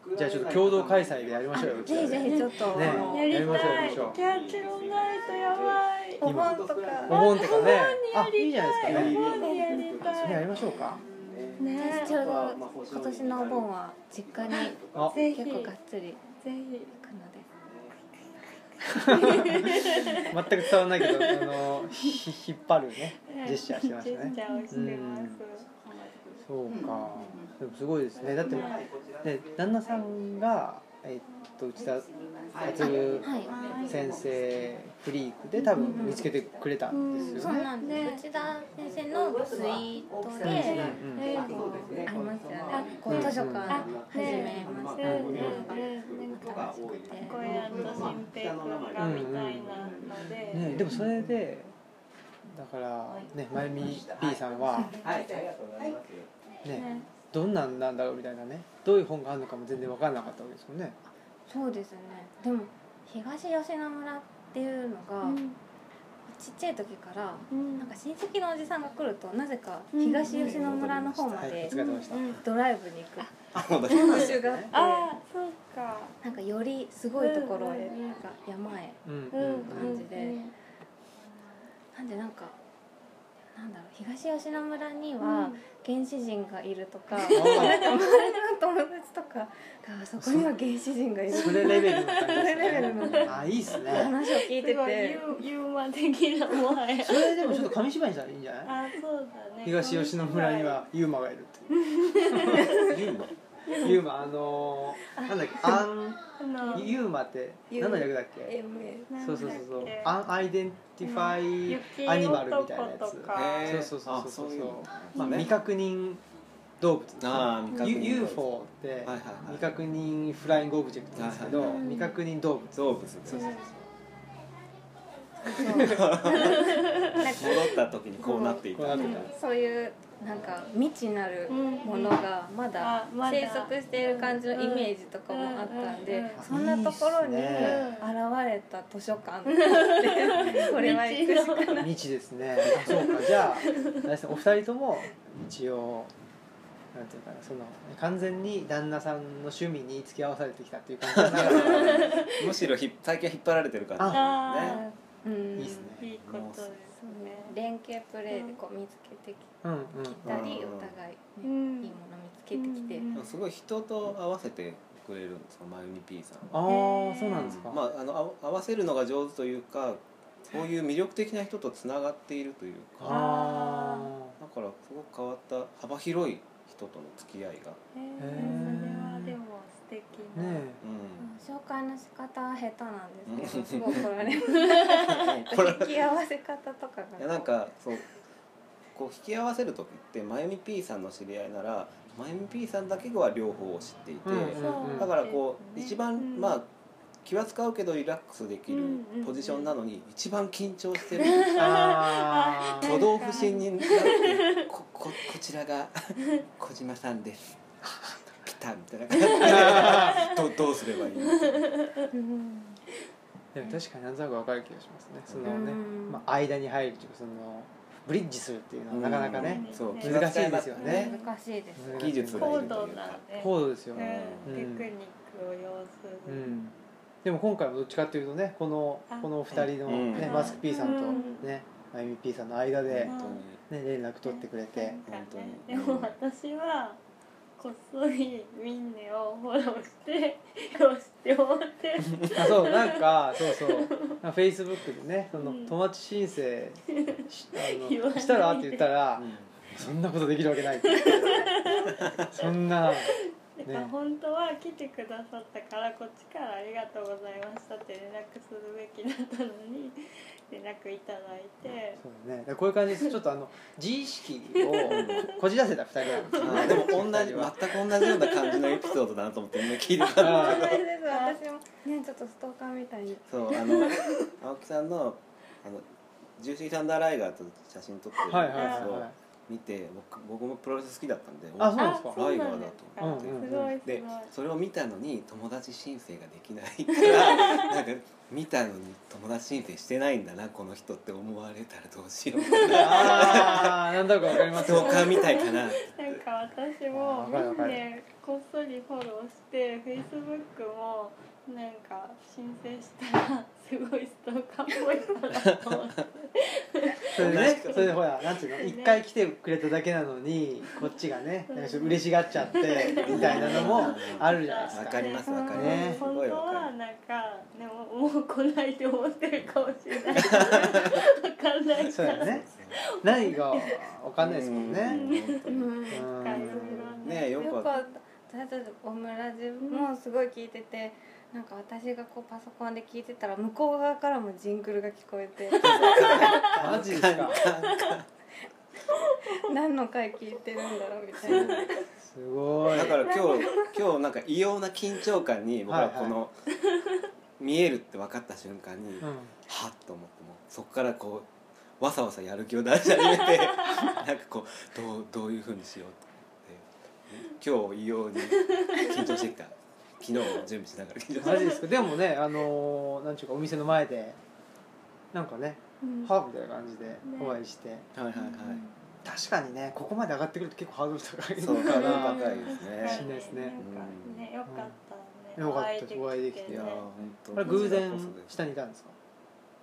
[SPEAKER 3] うん
[SPEAKER 1] じゃあちょっと共同開催でやりましょうようち
[SPEAKER 4] ぜ
[SPEAKER 1] ら
[SPEAKER 4] ひぜひ
[SPEAKER 1] で
[SPEAKER 4] ちょっと、
[SPEAKER 1] ね
[SPEAKER 4] あの
[SPEAKER 3] やり
[SPEAKER 1] やりましょうや
[SPEAKER 3] た
[SPEAKER 1] りま
[SPEAKER 3] いキ
[SPEAKER 1] しょ
[SPEAKER 3] ャ
[SPEAKER 1] う
[SPEAKER 3] ッチロンないとやばい
[SPEAKER 4] お盆とか
[SPEAKER 1] お盆とかねあ
[SPEAKER 3] やりたい
[SPEAKER 1] いいじゃないですかね
[SPEAKER 3] お盆やり
[SPEAKER 1] そ
[SPEAKER 3] た
[SPEAKER 1] れや
[SPEAKER 3] い
[SPEAKER 1] りましょうか
[SPEAKER 3] ね
[SPEAKER 4] 私ちょうど今年のお盆は実家に
[SPEAKER 1] あ
[SPEAKER 3] ぜひ
[SPEAKER 4] 結
[SPEAKER 3] ぜ
[SPEAKER 4] 構がっつり
[SPEAKER 3] ひ
[SPEAKER 4] 行くので
[SPEAKER 1] 全く伝わらないけどあのひひ引っ張るねジェスチャーしてまし
[SPEAKER 3] ジェ
[SPEAKER 1] た
[SPEAKER 3] スチ
[SPEAKER 1] ね
[SPEAKER 3] ャーをしてます
[SPEAKER 1] そうかでもすごいですねだってね旦那さんがえっと内田
[SPEAKER 4] あ
[SPEAKER 1] 敦
[SPEAKER 4] はい
[SPEAKER 1] 先生フリークで多分見つけてくれたんです
[SPEAKER 4] そ
[SPEAKER 1] よ
[SPEAKER 4] う
[SPEAKER 1] ね。
[SPEAKER 4] なんです、内田先生のツイートで、
[SPEAKER 1] うん
[SPEAKER 4] えーありますよね
[SPEAKER 3] あ
[SPEAKER 4] こう図書館
[SPEAKER 3] あ
[SPEAKER 4] 始めまし
[SPEAKER 3] うん
[SPEAKER 4] た、
[SPEAKER 3] うんうん
[SPEAKER 4] 新しくて
[SPEAKER 3] 小屋と新平君がみたいなので、
[SPEAKER 1] ね、でもそれでだからねまゆみ P さんはね
[SPEAKER 3] ね
[SPEAKER 1] どんなんなんだろうみたいなねどういう本があるのかも全然分からなかったわけですよね。
[SPEAKER 4] そうですねでも東吉野村っていうのが、
[SPEAKER 3] うん
[SPEAKER 4] ちっちゃい時から
[SPEAKER 3] うん
[SPEAKER 4] なんか親戚のおじさんが来るとなぜか東吉野村の方ま
[SPEAKER 1] はい、お
[SPEAKER 4] で
[SPEAKER 1] 疲れ様でした。
[SPEAKER 4] ドライブに行く風習があって
[SPEAKER 3] あーそうか
[SPEAKER 4] なんかよりすごいところ
[SPEAKER 3] う
[SPEAKER 4] へ
[SPEAKER 3] んうんうん
[SPEAKER 4] なんか山へ
[SPEAKER 1] うんうん
[SPEAKER 3] うん
[SPEAKER 4] 感じでなんでなんかなんだろう東吉野村には原始人がいると か、なんか周りの友達とかがあそこには原始人がいる
[SPEAKER 1] それレベルの感じです
[SPEAKER 4] それレベルの
[SPEAKER 1] ね。あいいっすね。
[SPEAKER 4] 話を聞いて
[SPEAKER 3] すごいユ
[SPEAKER 4] て
[SPEAKER 3] ーユーマ的なもはや
[SPEAKER 1] それでもちょっと紙芝居にしたらいいんじゃない？
[SPEAKER 3] あそうだね
[SPEAKER 1] 東吉野村にはユーマがいるっていう。ユーマあのー、なんだっけアン
[SPEAKER 3] あの
[SPEAKER 1] ユーマって
[SPEAKER 4] ユーマ
[SPEAKER 1] 何の略だっけ？
[SPEAKER 4] MA
[SPEAKER 3] なん
[SPEAKER 1] そ
[SPEAKER 3] だっ
[SPEAKER 1] う
[SPEAKER 3] け
[SPEAKER 1] そうそうそうアンアイデンティファイ
[SPEAKER 3] 雪
[SPEAKER 1] アニマルみたいなや
[SPEAKER 3] 男
[SPEAKER 1] つ
[SPEAKER 3] と。か
[SPEAKER 2] えー
[SPEAKER 1] そうそうそうそう
[SPEAKER 2] あそう
[SPEAKER 1] そ
[SPEAKER 2] いううの
[SPEAKER 1] まあ、
[SPEAKER 2] ね
[SPEAKER 1] 未確認動物
[SPEAKER 2] あー未確認動物
[SPEAKER 1] U- UFO って
[SPEAKER 2] はいはい
[SPEAKER 1] 未確認フライングオブジェクトなんですけど、
[SPEAKER 2] はいはい
[SPEAKER 4] はい
[SPEAKER 1] 未確認動物
[SPEAKER 2] 動物です戻った時にこうなっていた
[SPEAKER 1] こうなって
[SPEAKER 2] み
[SPEAKER 1] いた
[SPEAKER 2] たいな
[SPEAKER 4] そういうなんか未知なるものがまだ
[SPEAKER 3] うんうんあまだ
[SPEAKER 4] 生息している感じのイメージとかもあったん
[SPEAKER 3] うんう
[SPEAKER 4] で
[SPEAKER 3] んうん
[SPEAKER 4] そんなところに
[SPEAKER 1] いいっ
[SPEAKER 4] 現
[SPEAKER 1] す
[SPEAKER 3] ね
[SPEAKER 4] れた図書館っ てこれは行くしかない
[SPEAKER 1] 未知ですねあそうかじゃああれですねお二人とも一応なんていうかなその完全に旦那さんの趣味に付き合わされてきたっていう感じがなかった
[SPEAKER 2] むしろひ最近は引っ張られてる感じ
[SPEAKER 3] あ
[SPEAKER 2] ね
[SPEAKER 4] うん
[SPEAKER 1] いいっすね
[SPEAKER 3] いいことですね
[SPEAKER 4] 連携プレーでこう見つけてき
[SPEAKER 1] うんうん
[SPEAKER 4] た
[SPEAKER 2] う
[SPEAKER 4] り
[SPEAKER 2] ん
[SPEAKER 4] お互いねいいうも
[SPEAKER 3] ん
[SPEAKER 4] の見つけてきて
[SPEAKER 3] うん
[SPEAKER 2] でもすごい人と合わせてくれるんですかまゆみ P さんは
[SPEAKER 1] ああそうなんですか、
[SPEAKER 2] まあ、あの合わ合わせるのが上手というかそういう魅力的な人とつながっているという
[SPEAKER 1] あ
[SPEAKER 2] か
[SPEAKER 1] あ
[SPEAKER 2] だからすごく変わった幅広い人との付き合いが、
[SPEAKER 3] えーそれはでも素敵
[SPEAKER 1] ね
[SPEAKER 3] な、
[SPEAKER 2] う
[SPEAKER 4] 紹介の仕方は下手なんですけ
[SPEAKER 2] うん
[SPEAKER 4] どすごい怒られま
[SPEAKER 2] ん、 これ
[SPEAKER 4] す引き合わせ方とか
[SPEAKER 2] い
[SPEAKER 4] が
[SPEAKER 2] やなんかそうこう引き合わせる時ってまゆみ P さんの知り合いならまゆみ P さんだけは両方を知っていて、
[SPEAKER 1] うんうんうん
[SPEAKER 2] だからこう一番、まあ気は使うけどリラックスできる
[SPEAKER 3] うんうんうん
[SPEAKER 2] ポジションなのに一番緊張してる
[SPEAKER 1] あ ー
[SPEAKER 2] 都道府県になってこここちらが小島さんですピタみたいな感じでどどうすればいいの
[SPEAKER 4] うん
[SPEAKER 1] でも確かになんとなくわかる気がしますねそのね、
[SPEAKER 4] うん
[SPEAKER 1] まあ、間に入るというかそのブリッジするっていうのはなかなかね、
[SPEAKER 2] そう
[SPEAKER 3] 難
[SPEAKER 1] しいですよね
[SPEAKER 4] 難しいです
[SPEAKER 2] 技術が
[SPEAKER 3] 高
[SPEAKER 2] いる
[SPEAKER 3] 度
[SPEAKER 2] という
[SPEAKER 3] な
[SPEAKER 2] か
[SPEAKER 3] ので、
[SPEAKER 1] 高度ですよ
[SPEAKER 3] うん
[SPEAKER 1] ね、
[SPEAKER 3] テ
[SPEAKER 1] うん
[SPEAKER 3] クニックを要する、
[SPEAKER 1] うんでも今回もどっちかというとねこの
[SPEAKER 3] あ
[SPEAKER 1] このお二人の、
[SPEAKER 2] うん
[SPEAKER 1] ね
[SPEAKER 2] うん
[SPEAKER 1] マスク P さんと、
[SPEAKER 3] うん
[SPEAKER 1] ねあゆみ P さんの間で、
[SPEAKER 2] 本当に
[SPEAKER 1] ね、連絡取ってくれて、
[SPEAKER 3] なんか
[SPEAKER 2] 本当
[SPEAKER 3] ね
[SPEAKER 2] に
[SPEAKER 3] でも私はこっそりミンネをフォロー してよしって思って
[SPEAKER 1] あそうなんかそうそうフェイスブックでねその、
[SPEAKER 3] うん
[SPEAKER 1] 友達申請し
[SPEAKER 3] 言わ
[SPEAKER 1] あ
[SPEAKER 3] ない
[SPEAKER 1] の
[SPEAKER 3] で
[SPEAKER 1] したらって言ったら、
[SPEAKER 2] うん
[SPEAKER 1] そんなことできるわけないってそんな
[SPEAKER 3] だから本当は来てくださったからこっちからありがとうございましたって連絡するべきだったのに連絡いただいて
[SPEAKER 1] そうね、だからこういう感じですちょっとあの自意識をこじらせた2人なんですよ
[SPEAKER 2] あ
[SPEAKER 1] ね
[SPEAKER 2] ーでも同じ
[SPEAKER 1] 二人は
[SPEAKER 2] 全く同じような感じのエピソードだなと思って今聞いてた
[SPEAKER 4] 同
[SPEAKER 1] あー
[SPEAKER 4] じです私もねちょっとストーカーみたいに
[SPEAKER 2] そうあの青木さんのあのジューシーサンダーライガーと写真撮ってる
[SPEAKER 1] はいはいはい
[SPEAKER 2] やつを
[SPEAKER 1] は
[SPEAKER 2] 見て僕僕もプロレス好きだったんで
[SPEAKER 1] あそう
[SPEAKER 3] あ
[SPEAKER 1] ですか
[SPEAKER 3] そうなんですか
[SPEAKER 1] ライバーだと
[SPEAKER 3] す
[SPEAKER 1] うんうんうん
[SPEAKER 3] ごいすごい
[SPEAKER 2] でそれを見たのに友達申請ができない からなんか見たのに友達申請してないんだなこの人って思われたらどうしよう
[SPEAKER 1] いああなんだかわかります
[SPEAKER 2] スト
[SPEAKER 1] よ
[SPEAKER 2] ーカーみたいかな
[SPEAKER 3] なんか私
[SPEAKER 1] あ
[SPEAKER 3] も
[SPEAKER 1] ーわかるわかる
[SPEAKER 3] ねこっそりフォローしてフェイスブックもなんか申請したらすごいストーカーっぽい人だと思 って
[SPEAKER 1] それでねそれでほらなんていうの一回来てくれただけなのにこっちがねなんかちょっと嬉しがっちゃってみたいなのもあるじゃないです
[SPEAKER 2] わ
[SPEAKER 1] か
[SPEAKER 2] かりますわかりま
[SPEAKER 1] ね
[SPEAKER 2] すす
[SPEAKER 3] 本
[SPEAKER 2] ごい
[SPEAKER 3] 当
[SPEAKER 2] わ
[SPEAKER 3] は
[SPEAKER 2] か
[SPEAKER 3] なんかねもうもう来ないと思ってるかもしれない わかんない
[SPEAKER 1] そ
[SPEAKER 3] か
[SPEAKER 1] う
[SPEAKER 3] ら
[SPEAKER 1] だよね何がわかんないですもんね
[SPEAKER 4] う
[SPEAKER 2] ね
[SPEAKER 4] ん
[SPEAKER 1] うん
[SPEAKER 3] なんかいろいろね
[SPEAKER 2] ねよ
[SPEAKER 4] よ
[SPEAKER 2] く
[SPEAKER 4] か
[SPEAKER 2] わ
[SPEAKER 4] った
[SPEAKER 2] か
[SPEAKER 4] 私たちオムラジもすごい聞いててなんか私がこうパソコンで聞いてたら向こう側からもジングルが聞こえて
[SPEAKER 1] マジですか
[SPEAKER 4] 何の回聞いてるんだろうみたいな
[SPEAKER 1] すごい
[SPEAKER 2] だから今日今日なんか異様な緊張感に僕らこの、見えるって分かった瞬間に、
[SPEAKER 1] うん
[SPEAKER 2] はっと思ってもうそこからこうわさわさやる気を出し始め てなんかこうどうどういうふうにしようって今日異様に緊張してきた昨日も準備しながら緊張
[SPEAKER 1] マ
[SPEAKER 2] し
[SPEAKER 1] ジ
[SPEAKER 2] て
[SPEAKER 1] ですかでもねあのーなんちゅうかお店の前でなんかね
[SPEAKER 3] うん
[SPEAKER 1] ハーみたいな感じでお会いして、
[SPEAKER 2] たはいはいは
[SPEAKER 1] 確かにねここまで上がってくると結構ハードル高
[SPEAKER 2] い
[SPEAKER 1] い
[SPEAKER 2] そう
[SPEAKER 1] のか
[SPEAKER 2] 感
[SPEAKER 1] な
[SPEAKER 2] 度高いです
[SPEAKER 3] 確
[SPEAKER 1] し
[SPEAKER 3] か
[SPEAKER 1] ん
[SPEAKER 2] ね
[SPEAKER 1] ない
[SPEAKER 3] に
[SPEAKER 1] ですね
[SPEAKER 3] なんかねよかった
[SPEAKER 1] う
[SPEAKER 3] ね
[SPEAKER 1] んよかったです
[SPEAKER 3] お会いでき
[SPEAKER 2] い
[SPEAKER 3] て
[SPEAKER 2] やー
[SPEAKER 3] ね
[SPEAKER 2] 本当
[SPEAKER 1] あれ偶然
[SPEAKER 2] こちらこそです
[SPEAKER 1] 下にいたんですか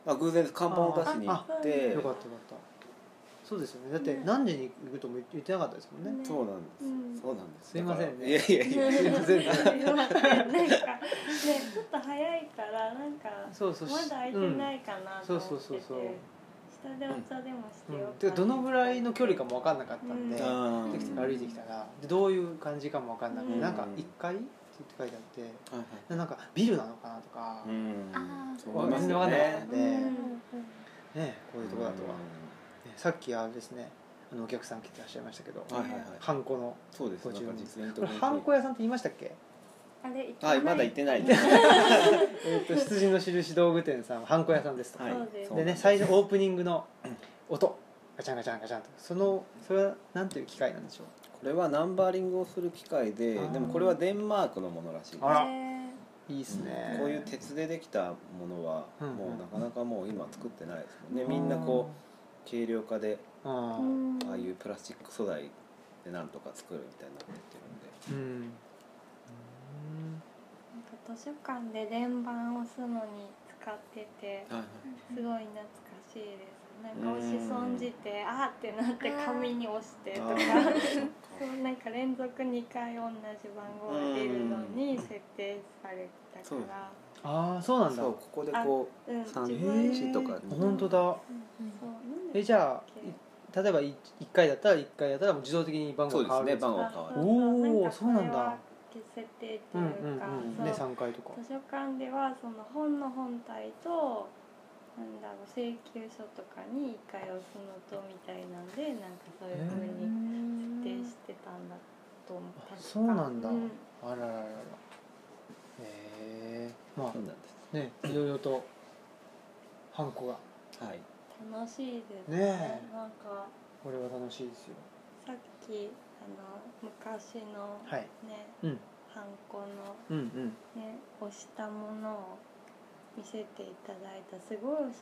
[SPEAKER 2] あ偶然です看板を出しに行
[SPEAKER 1] あ
[SPEAKER 2] っ
[SPEAKER 3] え
[SPEAKER 2] て
[SPEAKER 3] え
[SPEAKER 1] よかったよかったそうですよねだって
[SPEAKER 3] ね
[SPEAKER 1] 何時に行くとも言ってなかったですもんね
[SPEAKER 3] ね
[SPEAKER 2] そうなんです、
[SPEAKER 3] うん
[SPEAKER 2] そうなんです
[SPEAKER 1] すいませんね
[SPEAKER 2] だからいやいやいや
[SPEAKER 1] すいません
[SPEAKER 3] なんかねちょっと早いからなんか
[SPEAKER 1] そうそう
[SPEAKER 3] まだ空いてないかなと思ってて、
[SPEAKER 1] うんそうそうそうそう
[SPEAKER 3] 下でお茶でもして
[SPEAKER 1] うん
[SPEAKER 3] よ
[SPEAKER 1] うん
[SPEAKER 3] かな
[SPEAKER 1] てかどのぐらいの距離かも分かんなかったんで、
[SPEAKER 3] うん
[SPEAKER 2] あー
[SPEAKER 1] できて歩いてきたらでどういう感じかも分かんなくて、
[SPEAKER 3] うん
[SPEAKER 1] なんか1階って書いてあっ
[SPEAKER 2] はいはい
[SPEAKER 1] てなんかビルなのかなとか、
[SPEAKER 2] う
[SPEAKER 1] ね
[SPEAKER 2] ん
[SPEAKER 3] あー
[SPEAKER 2] そう思います
[SPEAKER 1] 全然わか
[SPEAKER 2] よ
[SPEAKER 1] んなかった
[SPEAKER 2] ね
[SPEAKER 1] んで
[SPEAKER 3] うん
[SPEAKER 1] こういうとこだとは、ねさっきあれですねあのお客さん来てらっしゃいましたけど、
[SPEAKER 2] はいはいはい
[SPEAKER 1] ハンコの
[SPEAKER 2] そうです
[SPEAKER 1] ご
[SPEAKER 2] な
[SPEAKER 1] 注
[SPEAKER 2] んか
[SPEAKER 1] 文
[SPEAKER 2] 実演
[SPEAKER 1] ことれハンコ屋さんって言いましたっけ
[SPEAKER 3] あれ行かな
[SPEAKER 2] はいいまだ行ってないです
[SPEAKER 1] えっ と羊の印道具店さんはんこ屋さんですと、
[SPEAKER 2] はい
[SPEAKER 3] そうです
[SPEAKER 1] でね最初オープニングの音ガチャンガチャンガチャンとそのそれはなんていう機械なんでしょ
[SPEAKER 2] これはナンバーリングをする機械で
[SPEAKER 1] あー
[SPEAKER 2] でもこれはデンマークのものらしいです
[SPEAKER 1] あら
[SPEAKER 4] へ
[SPEAKER 1] ういいですね、
[SPEAKER 2] こういう鉄でできたものは
[SPEAKER 1] うん
[SPEAKER 2] もうなかなかもう今作ってないですもんね
[SPEAKER 1] うん
[SPEAKER 2] みんなこう軽量化で
[SPEAKER 1] うん
[SPEAKER 3] う
[SPEAKER 1] うん
[SPEAKER 3] ん
[SPEAKER 2] ああいうプラスチック素材でなんとか作るみたいになってる
[SPEAKER 1] う
[SPEAKER 2] んで
[SPEAKER 1] ん
[SPEAKER 3] なんか図書館で連番を押すのに使ってて
[SPEAKER 2] はい
[SPEAKER 3] すごい懐かしいですなんか押し損じてあーってなって紙に押してとか
[SPEAKER 2] はい
[SPEAKER 3] そうなんか連続2回同じ番号が出るのに設定された
[SPEAKER 2] そう
[SPEAKER 3] か
[SPEAKER 1] ああそうな
[SPEAKER 2] あー
[SPEAKER 1] んだ
[SPEAKER 2] そうここでこ
[SPEAKER 3] らうん
[SPEAKER 2] 三
[SPEAKER 3] 自
[SPEAKER 1] え
[SPEAKER 3] 分
[SPEAKER 2] 一とか
[SPEAKER 1] ー本当だ
[SPEAKER 3] そうなんで
[SPEAKER 1] えじゃあい例えばい一回だったら一回だったらもう自動的に番
[SPEAKER 2] う
[SPEAKER 1] 号
[SPEAKER 2] そう
[SPEAKER 1] が
[SPEAKER 2] で
[SPEAKER 1] 変わる
[SPEAKER 2] すね
[SPEAKER 1] んですか
[SPEAKER 2] 番号
[SPEAKER 3] あ
[SPEAKER 2] 変わる
[SPEAKER 1] おー
[SPEAKER 3] か
[SPEAKER 1] そうなんだ
[SPEAKER 3] れは設定って
[SPEAKER 1] うん
[SPEAKER 3] いうか、
[SPEAKER 1] うんう
[SPEAKER 3] そ
[SPEAKER 1] ん
[SPEAKER 3] う
[SPEAKER 1] ね三回とか
[SPEAKER 3] 図書館ではその本の本体となんだろう請求書とかに一回押すのとみたいなんでなんかそういう風に設定してたんだと思う
[SPEAKER 1] あそうなんだ
[SPEAKER 3] うん
[SPEAKER 1] あららららへえまあ
[SPEAKER 2] そうなんです
[SPEAKER 1] ねいろいろとハンコが
[SPEAKER 2] はい
[SPEAKER 3] 楽しいです
[SPEAKER 1] ねえ
[SPEAKER 3] なんか
[SPEAKER 1] これは楽しいですよ
[SPEAKER 3] さっきあの昔の
[SPEAKER 1] はい
[SPEAKER 3] ね、
[SPEAKER 1] うん
[SPEAKER 3] ハンコの
[SPEAKER 1] うんうん
[SPEAKER 3] ね押したものを見せていただいたすごいおしゃれだっ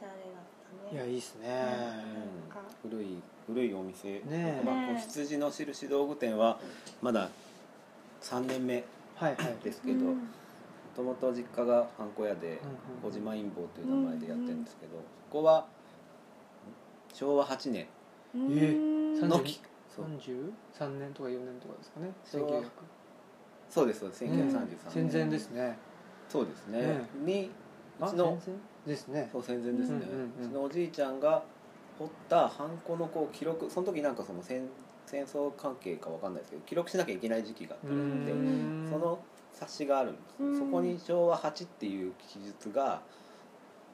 [SPEAKER 3] たね
[SPEAKER 1] いやいいっすね、
[SPEAKER 2] うん
[SPEAKER 3] なんか
[SPEAKER 2] 古い古いお店、
[SPEAKER 1] ねえ
[SPEAKER 2] まあこう羊の印道具店はまだ3年目
[SPEAKER 1] はいはい
[SPEAKER 2] ですけど
[SPEAKER 3] う
[SPEAKER 2] も
[SPEAKER 3] ん
[SPEAKER 2] ともと実家がハンコ屋で
[SPEAKER 1] うんうん
[SPEAKER 2] 小島陰謀という名前でやってるんですけど、そこは昭和8年
[SPEAKER 1] え
[SPEAKER 3] うん
[SPEAKER 1] そ
[SPEAKER 2] のきそう
[SPEAKER 1] 33年とか4年とかですかね
[SPEAKER 2] そうそうですそうです1933
[SPEAKER 1] ね
[SPEAKER 2] 年
[SPEAKER 1] 戦前ですね
[SPEAKER 2] そうですね、
[SPEAKER 1] ね
[SPEAKER 2] にう
[SPEAKER 1] あ
[SPEAKER 2] ち
[SPEAKER 1] 戦
[SPEAKER 2] の
[SPEAKER 1] 前ですね
[SPEAKER 2] そう戦前ですね、
[SPEAKER 1] うんうんうん
[SPEAKER 2] うちのおじいちゃんが彫ったハンコのこう記録その時なんかその戦戦争関係かわかんないですけど記録しなきゃいけない時期があったらしくて
[SPEAKER 3] うん
[SPEAKER 2] その冊子があるんです、
[SPEAKER 3] うん
[SPEAKER 2] そこに昭和8っていう記述が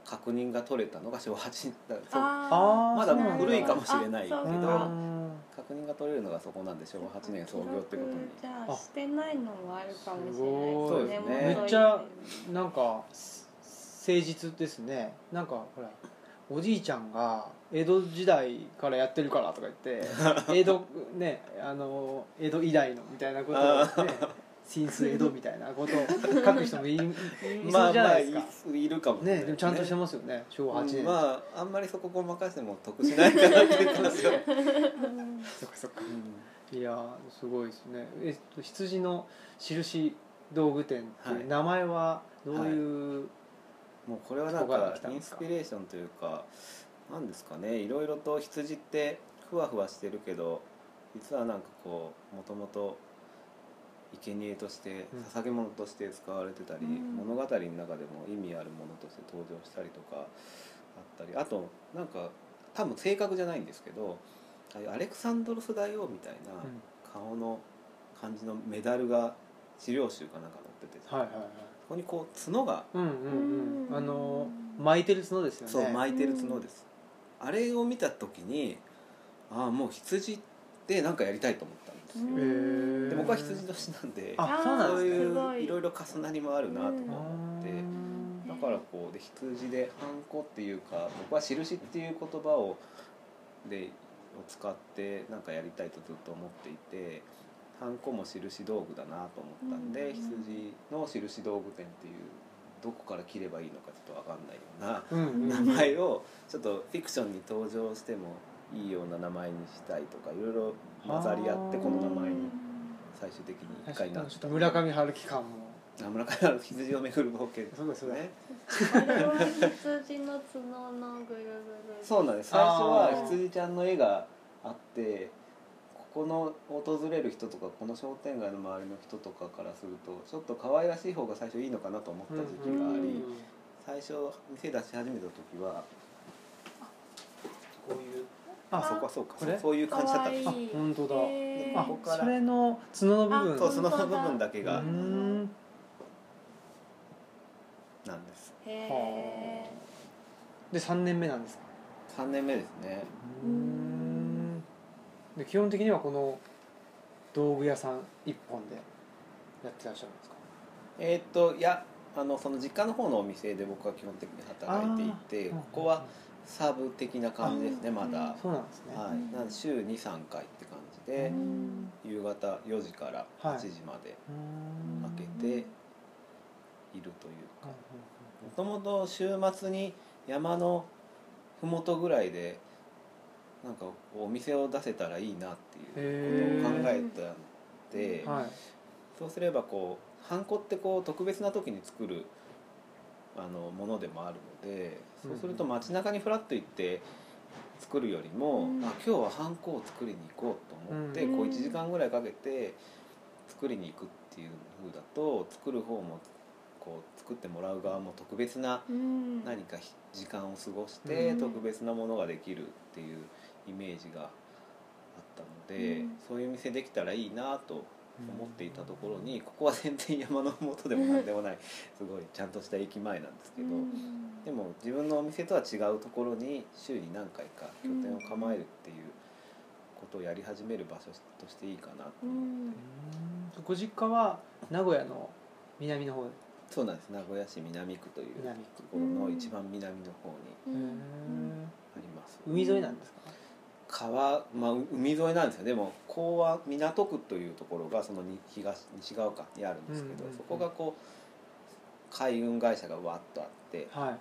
[SPEAKER 2] 確認が取れたのが昭和8だそう
[SPEAKER 1] あー
[SPEAKER 2] まだ古いかもしれ
[SPEAKER 3] あ
[SPEAKER 2] ないけ
[SPEAKER 3] そう
[SPEAKER 2] ど
[SPEAKER 3] か
[SPEAKER 1] うん
[SPEAKER 2] 確認が取れるのがそこなんで昭和8年創業ってことに
[SPEAKER 3] 記録じゃあしてないのもあるかもしれ
[SPEAKER 1] あ
[SPEAKER 2] すごい
[SPEAKER 3] ない
[SPEAKER 2] そうですね
[SPEAKER 1] めっちゃなんかす誠実ですねなんかほらおじいちゃんが江戸時代からやってるからとか言 って江戸ねあの江戸以来のみたいなことを ね新水江戸みたいなことを書く人もいいそうじゃないですか、
[SPEAKER 2] いるかもしれない
[SPEAKER 1] ねでもちゃんとしてますよね昭和8年、
[SPEAKER 2] うんまああんまりそこごまかしても得しないかなって言ってますよ、
[SPEAKER 1] そっかそっかいやーすごいですねえっと羊の印道具店っていう名前はどういう、
[SPEAKER 2] もうこれはなん
[SPEAKER 1] そこから
[SPEAKER 2] か
[SPEAKER 1] 来たん
[SPEAKER 2] イ
[SPEAKER 1] で
[SPEAKER 2] ン
[SPEAKER 1] す
[SPEAKER 2] ス
[SPEAKER 1] か
[SPEAKER 2] ピレーションというかなんですかねいろいろと羊ってふわふわしてるけど実はなんかこうもともと生贄として
[SPEAKER 1] うん
[SPEAKER 2] 捧げ物として使われてたり、
[SPEAKER 3] うん
[SPEAKER 2] 物語の中でも意味あるものとして登場したりとかあったりあとなんか多分正確じゃないんですけどああいうアレクサンドロス大王みたいな顔の感じのメダルが資料集かなんか載ってて、
[SPEAKER 1] はいはいはい
[SPEAKER 2] そこにこう角が
[SPEAKER 1] うんうんう
[SPEAKER 3] うんん
[SPEAKER 1] あの巻いてる角ですよね
[SPEAKER 2] そう巻いてる角です、あれを見た時にああもう羊ってなんかやりたいと思ったんですよ、
[SPEAKER 1] へー
[SPEAKER 2] で僕は羊年なんで
[SPEAKER 1] あそうなん
[SPEAKER 2] そう
[SPEAKER 1] ですね
[SPEAKER 2] い
[SPEAKER 3] すご
[SPEAKER 2] う
[SPEAKER 3] い
[SPEAKER 2] いろいろ重なりもあるなとか思って、
[SPEAKER 1] うん
[SPEAKER 2] だからこうで羊でハンコっていうか僕は印っていう言葉をでを使ってなんかやりたいとずっと思っていてハンコも印道具だなと思ったんで、
[SPEAKER 3] うん
[SPEAKER 2] 羊の印道具店っていうどこから切ればいいのかちょっと分かんないような
[SPEAKER 1] うんうん
[SPEAKER 2] 名前をちょっとフィクションに登場してもいいような名前にしたいとかいろいろ混ざり合ってこの名前に最終的に一回
[SPEAKER 1] 確か
[SPEAKER 2] なっ
[SPEAKER 1] にちょったと村上春樹感も
[SPEAKER 2] あ村上の羊を巡る冒険
[SPEAKER 1] そうだそうだ
[SPEAKER 3] あれは羊の角のぐるぐる
[SPEAKER 2] そうなんです最初は羊ちゃんの絵があってここの訪れる人とかこの商店街の周りの人とかからするとちょっと可愛らしい方が最初いいのかなと思った時期があ
[SPEAKER 3] うんう
[SPEAKER 2] り
[SPEAKER 3] ん
[SPEAKER 2] 最初店出し始めた時はこういうあ
[SPEAKER 1] あ
[SPEAKER 2] そこはそうか
[SPEAKER 1] これ
[SPEAKER 2] そうそういう感じだったんです
[SPEAKER 3] 可
[SPEAKER 1] あ
[SPEAKER 3] 愛い
[SPEAKER 1] 本当だ
[SPEAKER 3] へー
[SPEAKER 1] あ
[SPEAKER 2] ここから
[SPEAKER 1] それの角の部分
[SPEAKER 3] あ
[SPEAKER 2] そう
[SPEAKER 3] だ
[SPEAKER 2] その部分だけ
[SPEAKER 1] う
[SPEAKER 2] が
[SPEAKER 1] ん
[SPEAKER 2] なんです
[SPEAKER 3] へえ
[SPEAKER 1] で三年目なんですか
[SPEAKER 2] 3年目ですね
[SPEAKER 1] うんで基本的にはこの道具屋さん一本でやってらっしゃるんですか
[SPEAKER 2] えーっといやあのその実家の方のお店で僕は基本的に働いていてここはサーブ的な感じですね
[SPEAKER 3] あ
[SPEAKER 2] まだ、
[SPEAKER 1] そうなんですね
[SPEAKER 2] は
[SPEAKER 3] うん
[SPEAKER 2] い、なんで週23回って感じで
[SPEAKER 1] う、ん
[SPEAKER 2] 夕方4時から
[SPEAKER 1] はい
[SPEAKER 2] 8時まで
[SPEAKER 1] うん
[SPEAKER 2] 開けているというかもともと週末に山の麓ぐらいでなんかお店を出せたらいいなっていうことを考えたんで、
[SPEAKER 1] はい
[SPEAKER 2] そうすればこうハンコってこう特別な時に作るあのものでもあるのでそうすると
[SPEAKER 1] うん
[SPEAKER 2] 街中にフラッと行って作るよりも、
[SPEAKER 3] うん
[SPEAKER 2] あ今日はハンコを作りに行こうと思って、
[SPEAKER 3] うん
[SPEAKER 2] こう1時間ぐらいかけて作りに行くっていう風だと作る方もこう作ってもらう側も特別な
[SPEAKER 3] うん
[SPEAKER 2] 何かひ時間を過ごして、
[SPEAKER 3] うん
[SPEAKER 2] 特別なものができるっていうイメージがあったので、
[SPEAKER 3] うん
[SPEAKER 2] そういう店できたらいいなと思っていたところにここは全然山の麓でも何でもないすごいちゃんとした駅前なんですけど、
[SPEAKER 3] うん
[SPEAKER 2] でも自分のお店とは違うところに週に何回か拠点を構えるっていうことをやり始める場所としていいかなと
[SPEAKER 3] う
[SPEAKER 2] 思って、
[SPEAKER 3] ん
[SPEAKER 1] うんご実家は名古屋の南の方
[SPEAKER 2] そうなんです名古屋市南区というと
[SPEAKER 1] 南区
[SPEAKER 2] ころの一番南の方に
[SPEAKER 3] う
[SPEAKER 1] うんん
[SPEAKER 2] あります
[SPEAKER 1] 海沿いなんですか
[SPEAKER 2] 川、まあ、う海沿いなんですよでも港湾港区というところがそのに東西側かにあるんですけど、
[SPEAKER 1] うんうんうん
[SPEAKER 2] そこがこう海運会社がわっとあって
[SPEAKER 1] は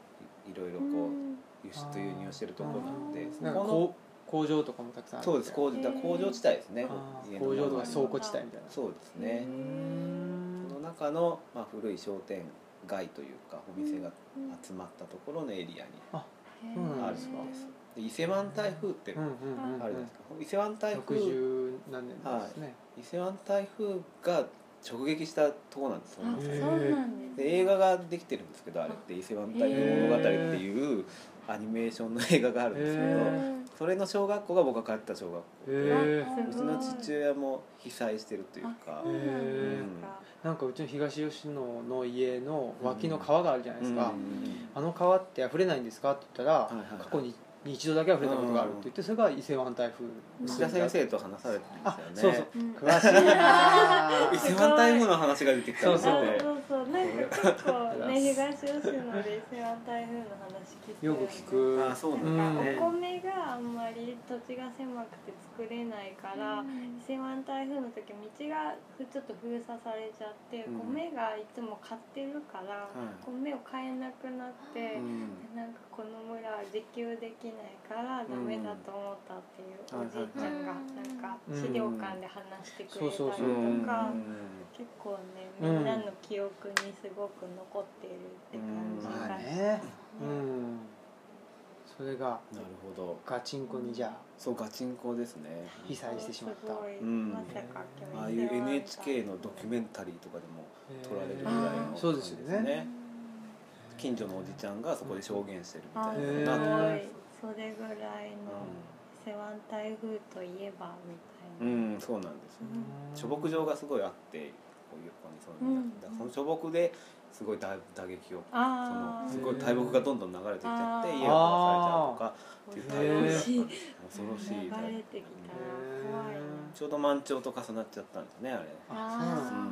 [SPEAKER 1] い
[SPEAKER 2] いいろいろ
[SPEAKER 3] う
[SPEAKER 2] こ
[SPEAKER 3] ん
[SPEAKER 2] う輸出輸入をしてるところなので
[SPEAKER 3] あー
[SPEAKER 2] そ
[SPEAKER 1] なんか
[SPEAKER 2] こ
[SPEAKER 1] こ
[SPEAKER 2] の
[SPEAKER 1] う工場とかもたくさんある
[SPEAKER 2] そうです工
[SPEAKER 3] へ
[SPEAKER 2] 場
[SPEAKER 3] ー
[SPEAKER 2] 工場地帯ですね
[SPEAKER 1] あー
[SPEAKER 2] 家の
[SPEAKER 1] 工場とか
[SPEAKER 2] 周り
[SPEAKER 1] 倉庫地帯みたいな
[SPEAKER 2] そうです
[SPEAKER 1] う
[SPEAKER 2] ね、
[SPEAKER 1] ん
[SPEAKER 2] その中の、まあ、古い商店街というかお店が
[SPEAKER 3] うん
[SPEAKER 2] 集まったところのエリアに
[SPEAKER 1] そうなん
[SPEAKER 2] ある
[SPEAKER 1] ですか
[SPEAKER 2] そうですで伊勢湾台風って
[SPEAKER 1] うんうんうん
[SPEAKER 2] あるじゃないですか、伊勢湾台風
[SPEAKER 1] 60何年前ですね、
[SPEAKER 2] 伊勢湾台風が直撃したとこなんですよ
[SPEAKER 3] あ
[SPEAKER 1] へ
[SPEAKER 3] そう
[SPEAKER 1] ー
[SPEAKER 3] なんです
[SPEAKER 2] で映画ができてるんですけどあれって「伊勢湾台風物語」っていうアニメーションの映画があるんです
[SPEAKER 1] へ
[SPEAKER 2] け
[SPEAKER 1] ー
[SPEAKER 2] どそれの小学校が僕が通った小学校
[SPEAKER 1] へ
[SPEAKER 2] で
[SPEAKER 1] ー
[SPEAKER 3] あ
[SPEAKER 2] うちの父親も被災してるというか
[SPEAKER 3] あそうなんですか
[SPEAKER 1] なんかうちの東吉野の家の脇の川があるじゃないですか、
[SPEAKER 2] うん
[SPEAKER 1] あの川って溢れないんですかって言ったら、
[SPEAKER 2] いはいはい
[SPEAKER 1] 過去に一度だけ溢れたことがあるって言ってそれが伊勢湾台風
[SPEAKER 2] 内田先生と話されてま
[SPEAKER 1] あ
[SPEAKER 2] すよね
[SPEAKER 1] そうそう
[SPEAKER 3] うん
[SPEAKER 1] 詳しいな
[SPEAKER 2] 伊
[SPEAKER 1] ぁ
[SPEAKER 2] 勢湾台風の話が出てきたんですよ
[SPEAKER 3] あ
[SPEAKER 2] ね
[SPEAKER 3] そうそうなんか結構ね東吉野で伊勢湾台風の話聞く
[SPEAKER 1] よく聞く
[SPEAKER 2] あそう
[SPEAKER 3] な
[SPEAKER 2] なん
[SPEAKER 3] ん
[SPEAKER 2] だ
[SPEAKER 3] か
[SPEAKER 2] ね
[SPEAKER 3] お米があんまり土地が狭くて作れないから伊勢湾台風の時道がふちょっと封鎖されちゃって
[SPEAKER 2] うん
[SPEAKER 3] 米がいつも買ってるか
[SPEAKER 2] い
[SPEAKER 3] ら米を買えなくなって
[SPEAKER 2] うん
[SPEAKER 3] なんかこの村は自給できないからダメだと思ったっていう
[SPEAKER 2] うん
[SPEAKER 3] おじいちゃんが
[SPEAKER 4] はいはいはい
[SPEAKER 3] なんか資料館で話してくれたりと
[SPEAKER 1] そうそうそう
[SPEAKER 3] か
[SPEAKER 2] うん
[SPEAKER 3] 結構ねみ
[SPEAKER 1] うん
[SPEAKER 3] んなの記憶にすごく残ってるって感じ
[SPEAKER 1] ま
[SPEAKER 3] が
[SPEAKER 1] あねうんそれが
[SPEAKER 2] なるほど
[SPEAKER 1] ガチンコにじゃあ
[SPEAKER 2] そうガチンコですね
[SPEAKER 1] 被災してしまった
[SPEAKER 3] すごい
[SPEAKER 2] うん
[SPEAKER 3] まさか今日
[SPEAKER 2] ああいう NHK のドキュメンタリーとかでも撮られるぐらいの
[SPEAKER 1] え
[SPEAKER 2] 感
[SPEAKER 1] ー
[SPEAKER 2] じ
[SPEAKER 1] そうですよね
[SPEAKER 2] 近所のおじちゃんがそこで証言してるみた
[SPEAKER 3] あすご
[SPEAKER 2] い
[SPEAKER 3] い
[SPEAKER 2] なのかなと
[SPEAKER 3] それぐらいの伊勢湾台風といえばみ
[SPEAKER 2] う
[SPEAKER 3] たいな、
[SPEAKER 2] ん、うん、そうなんです
[SPEAKER 1] ち
[SPEAKER 2] よ貯
[SPEAKER 1] ょぼ
[SPEAKER 2] 木場がすごいあってこう横にそういうのがあって
[SPEAKER 3] うん
[SPEAKER 2] その貯木ですごい打打撃をそ
[SPEAKER 3] あ
[SPEAKER 2] の
[SPEAKER 3] あ
[SPEAKER 2] すごい大木がどんどん流れてきちゃって
[SPEAKER 3] あー
[SPEAKER 2] 家が壊されちゃうとかっていう台風だったんですよ恐ろしい台風
[SPEAKER 3] 流れてきたら怖いな
[SPEAKER 2] ちょうど満潮と重なっちゃったんですねあれ、
[SPEAKER 1] あ
[SPEAKER 2] う
[SPEAKER 1] そうなん
[SPEAKER 2] ん、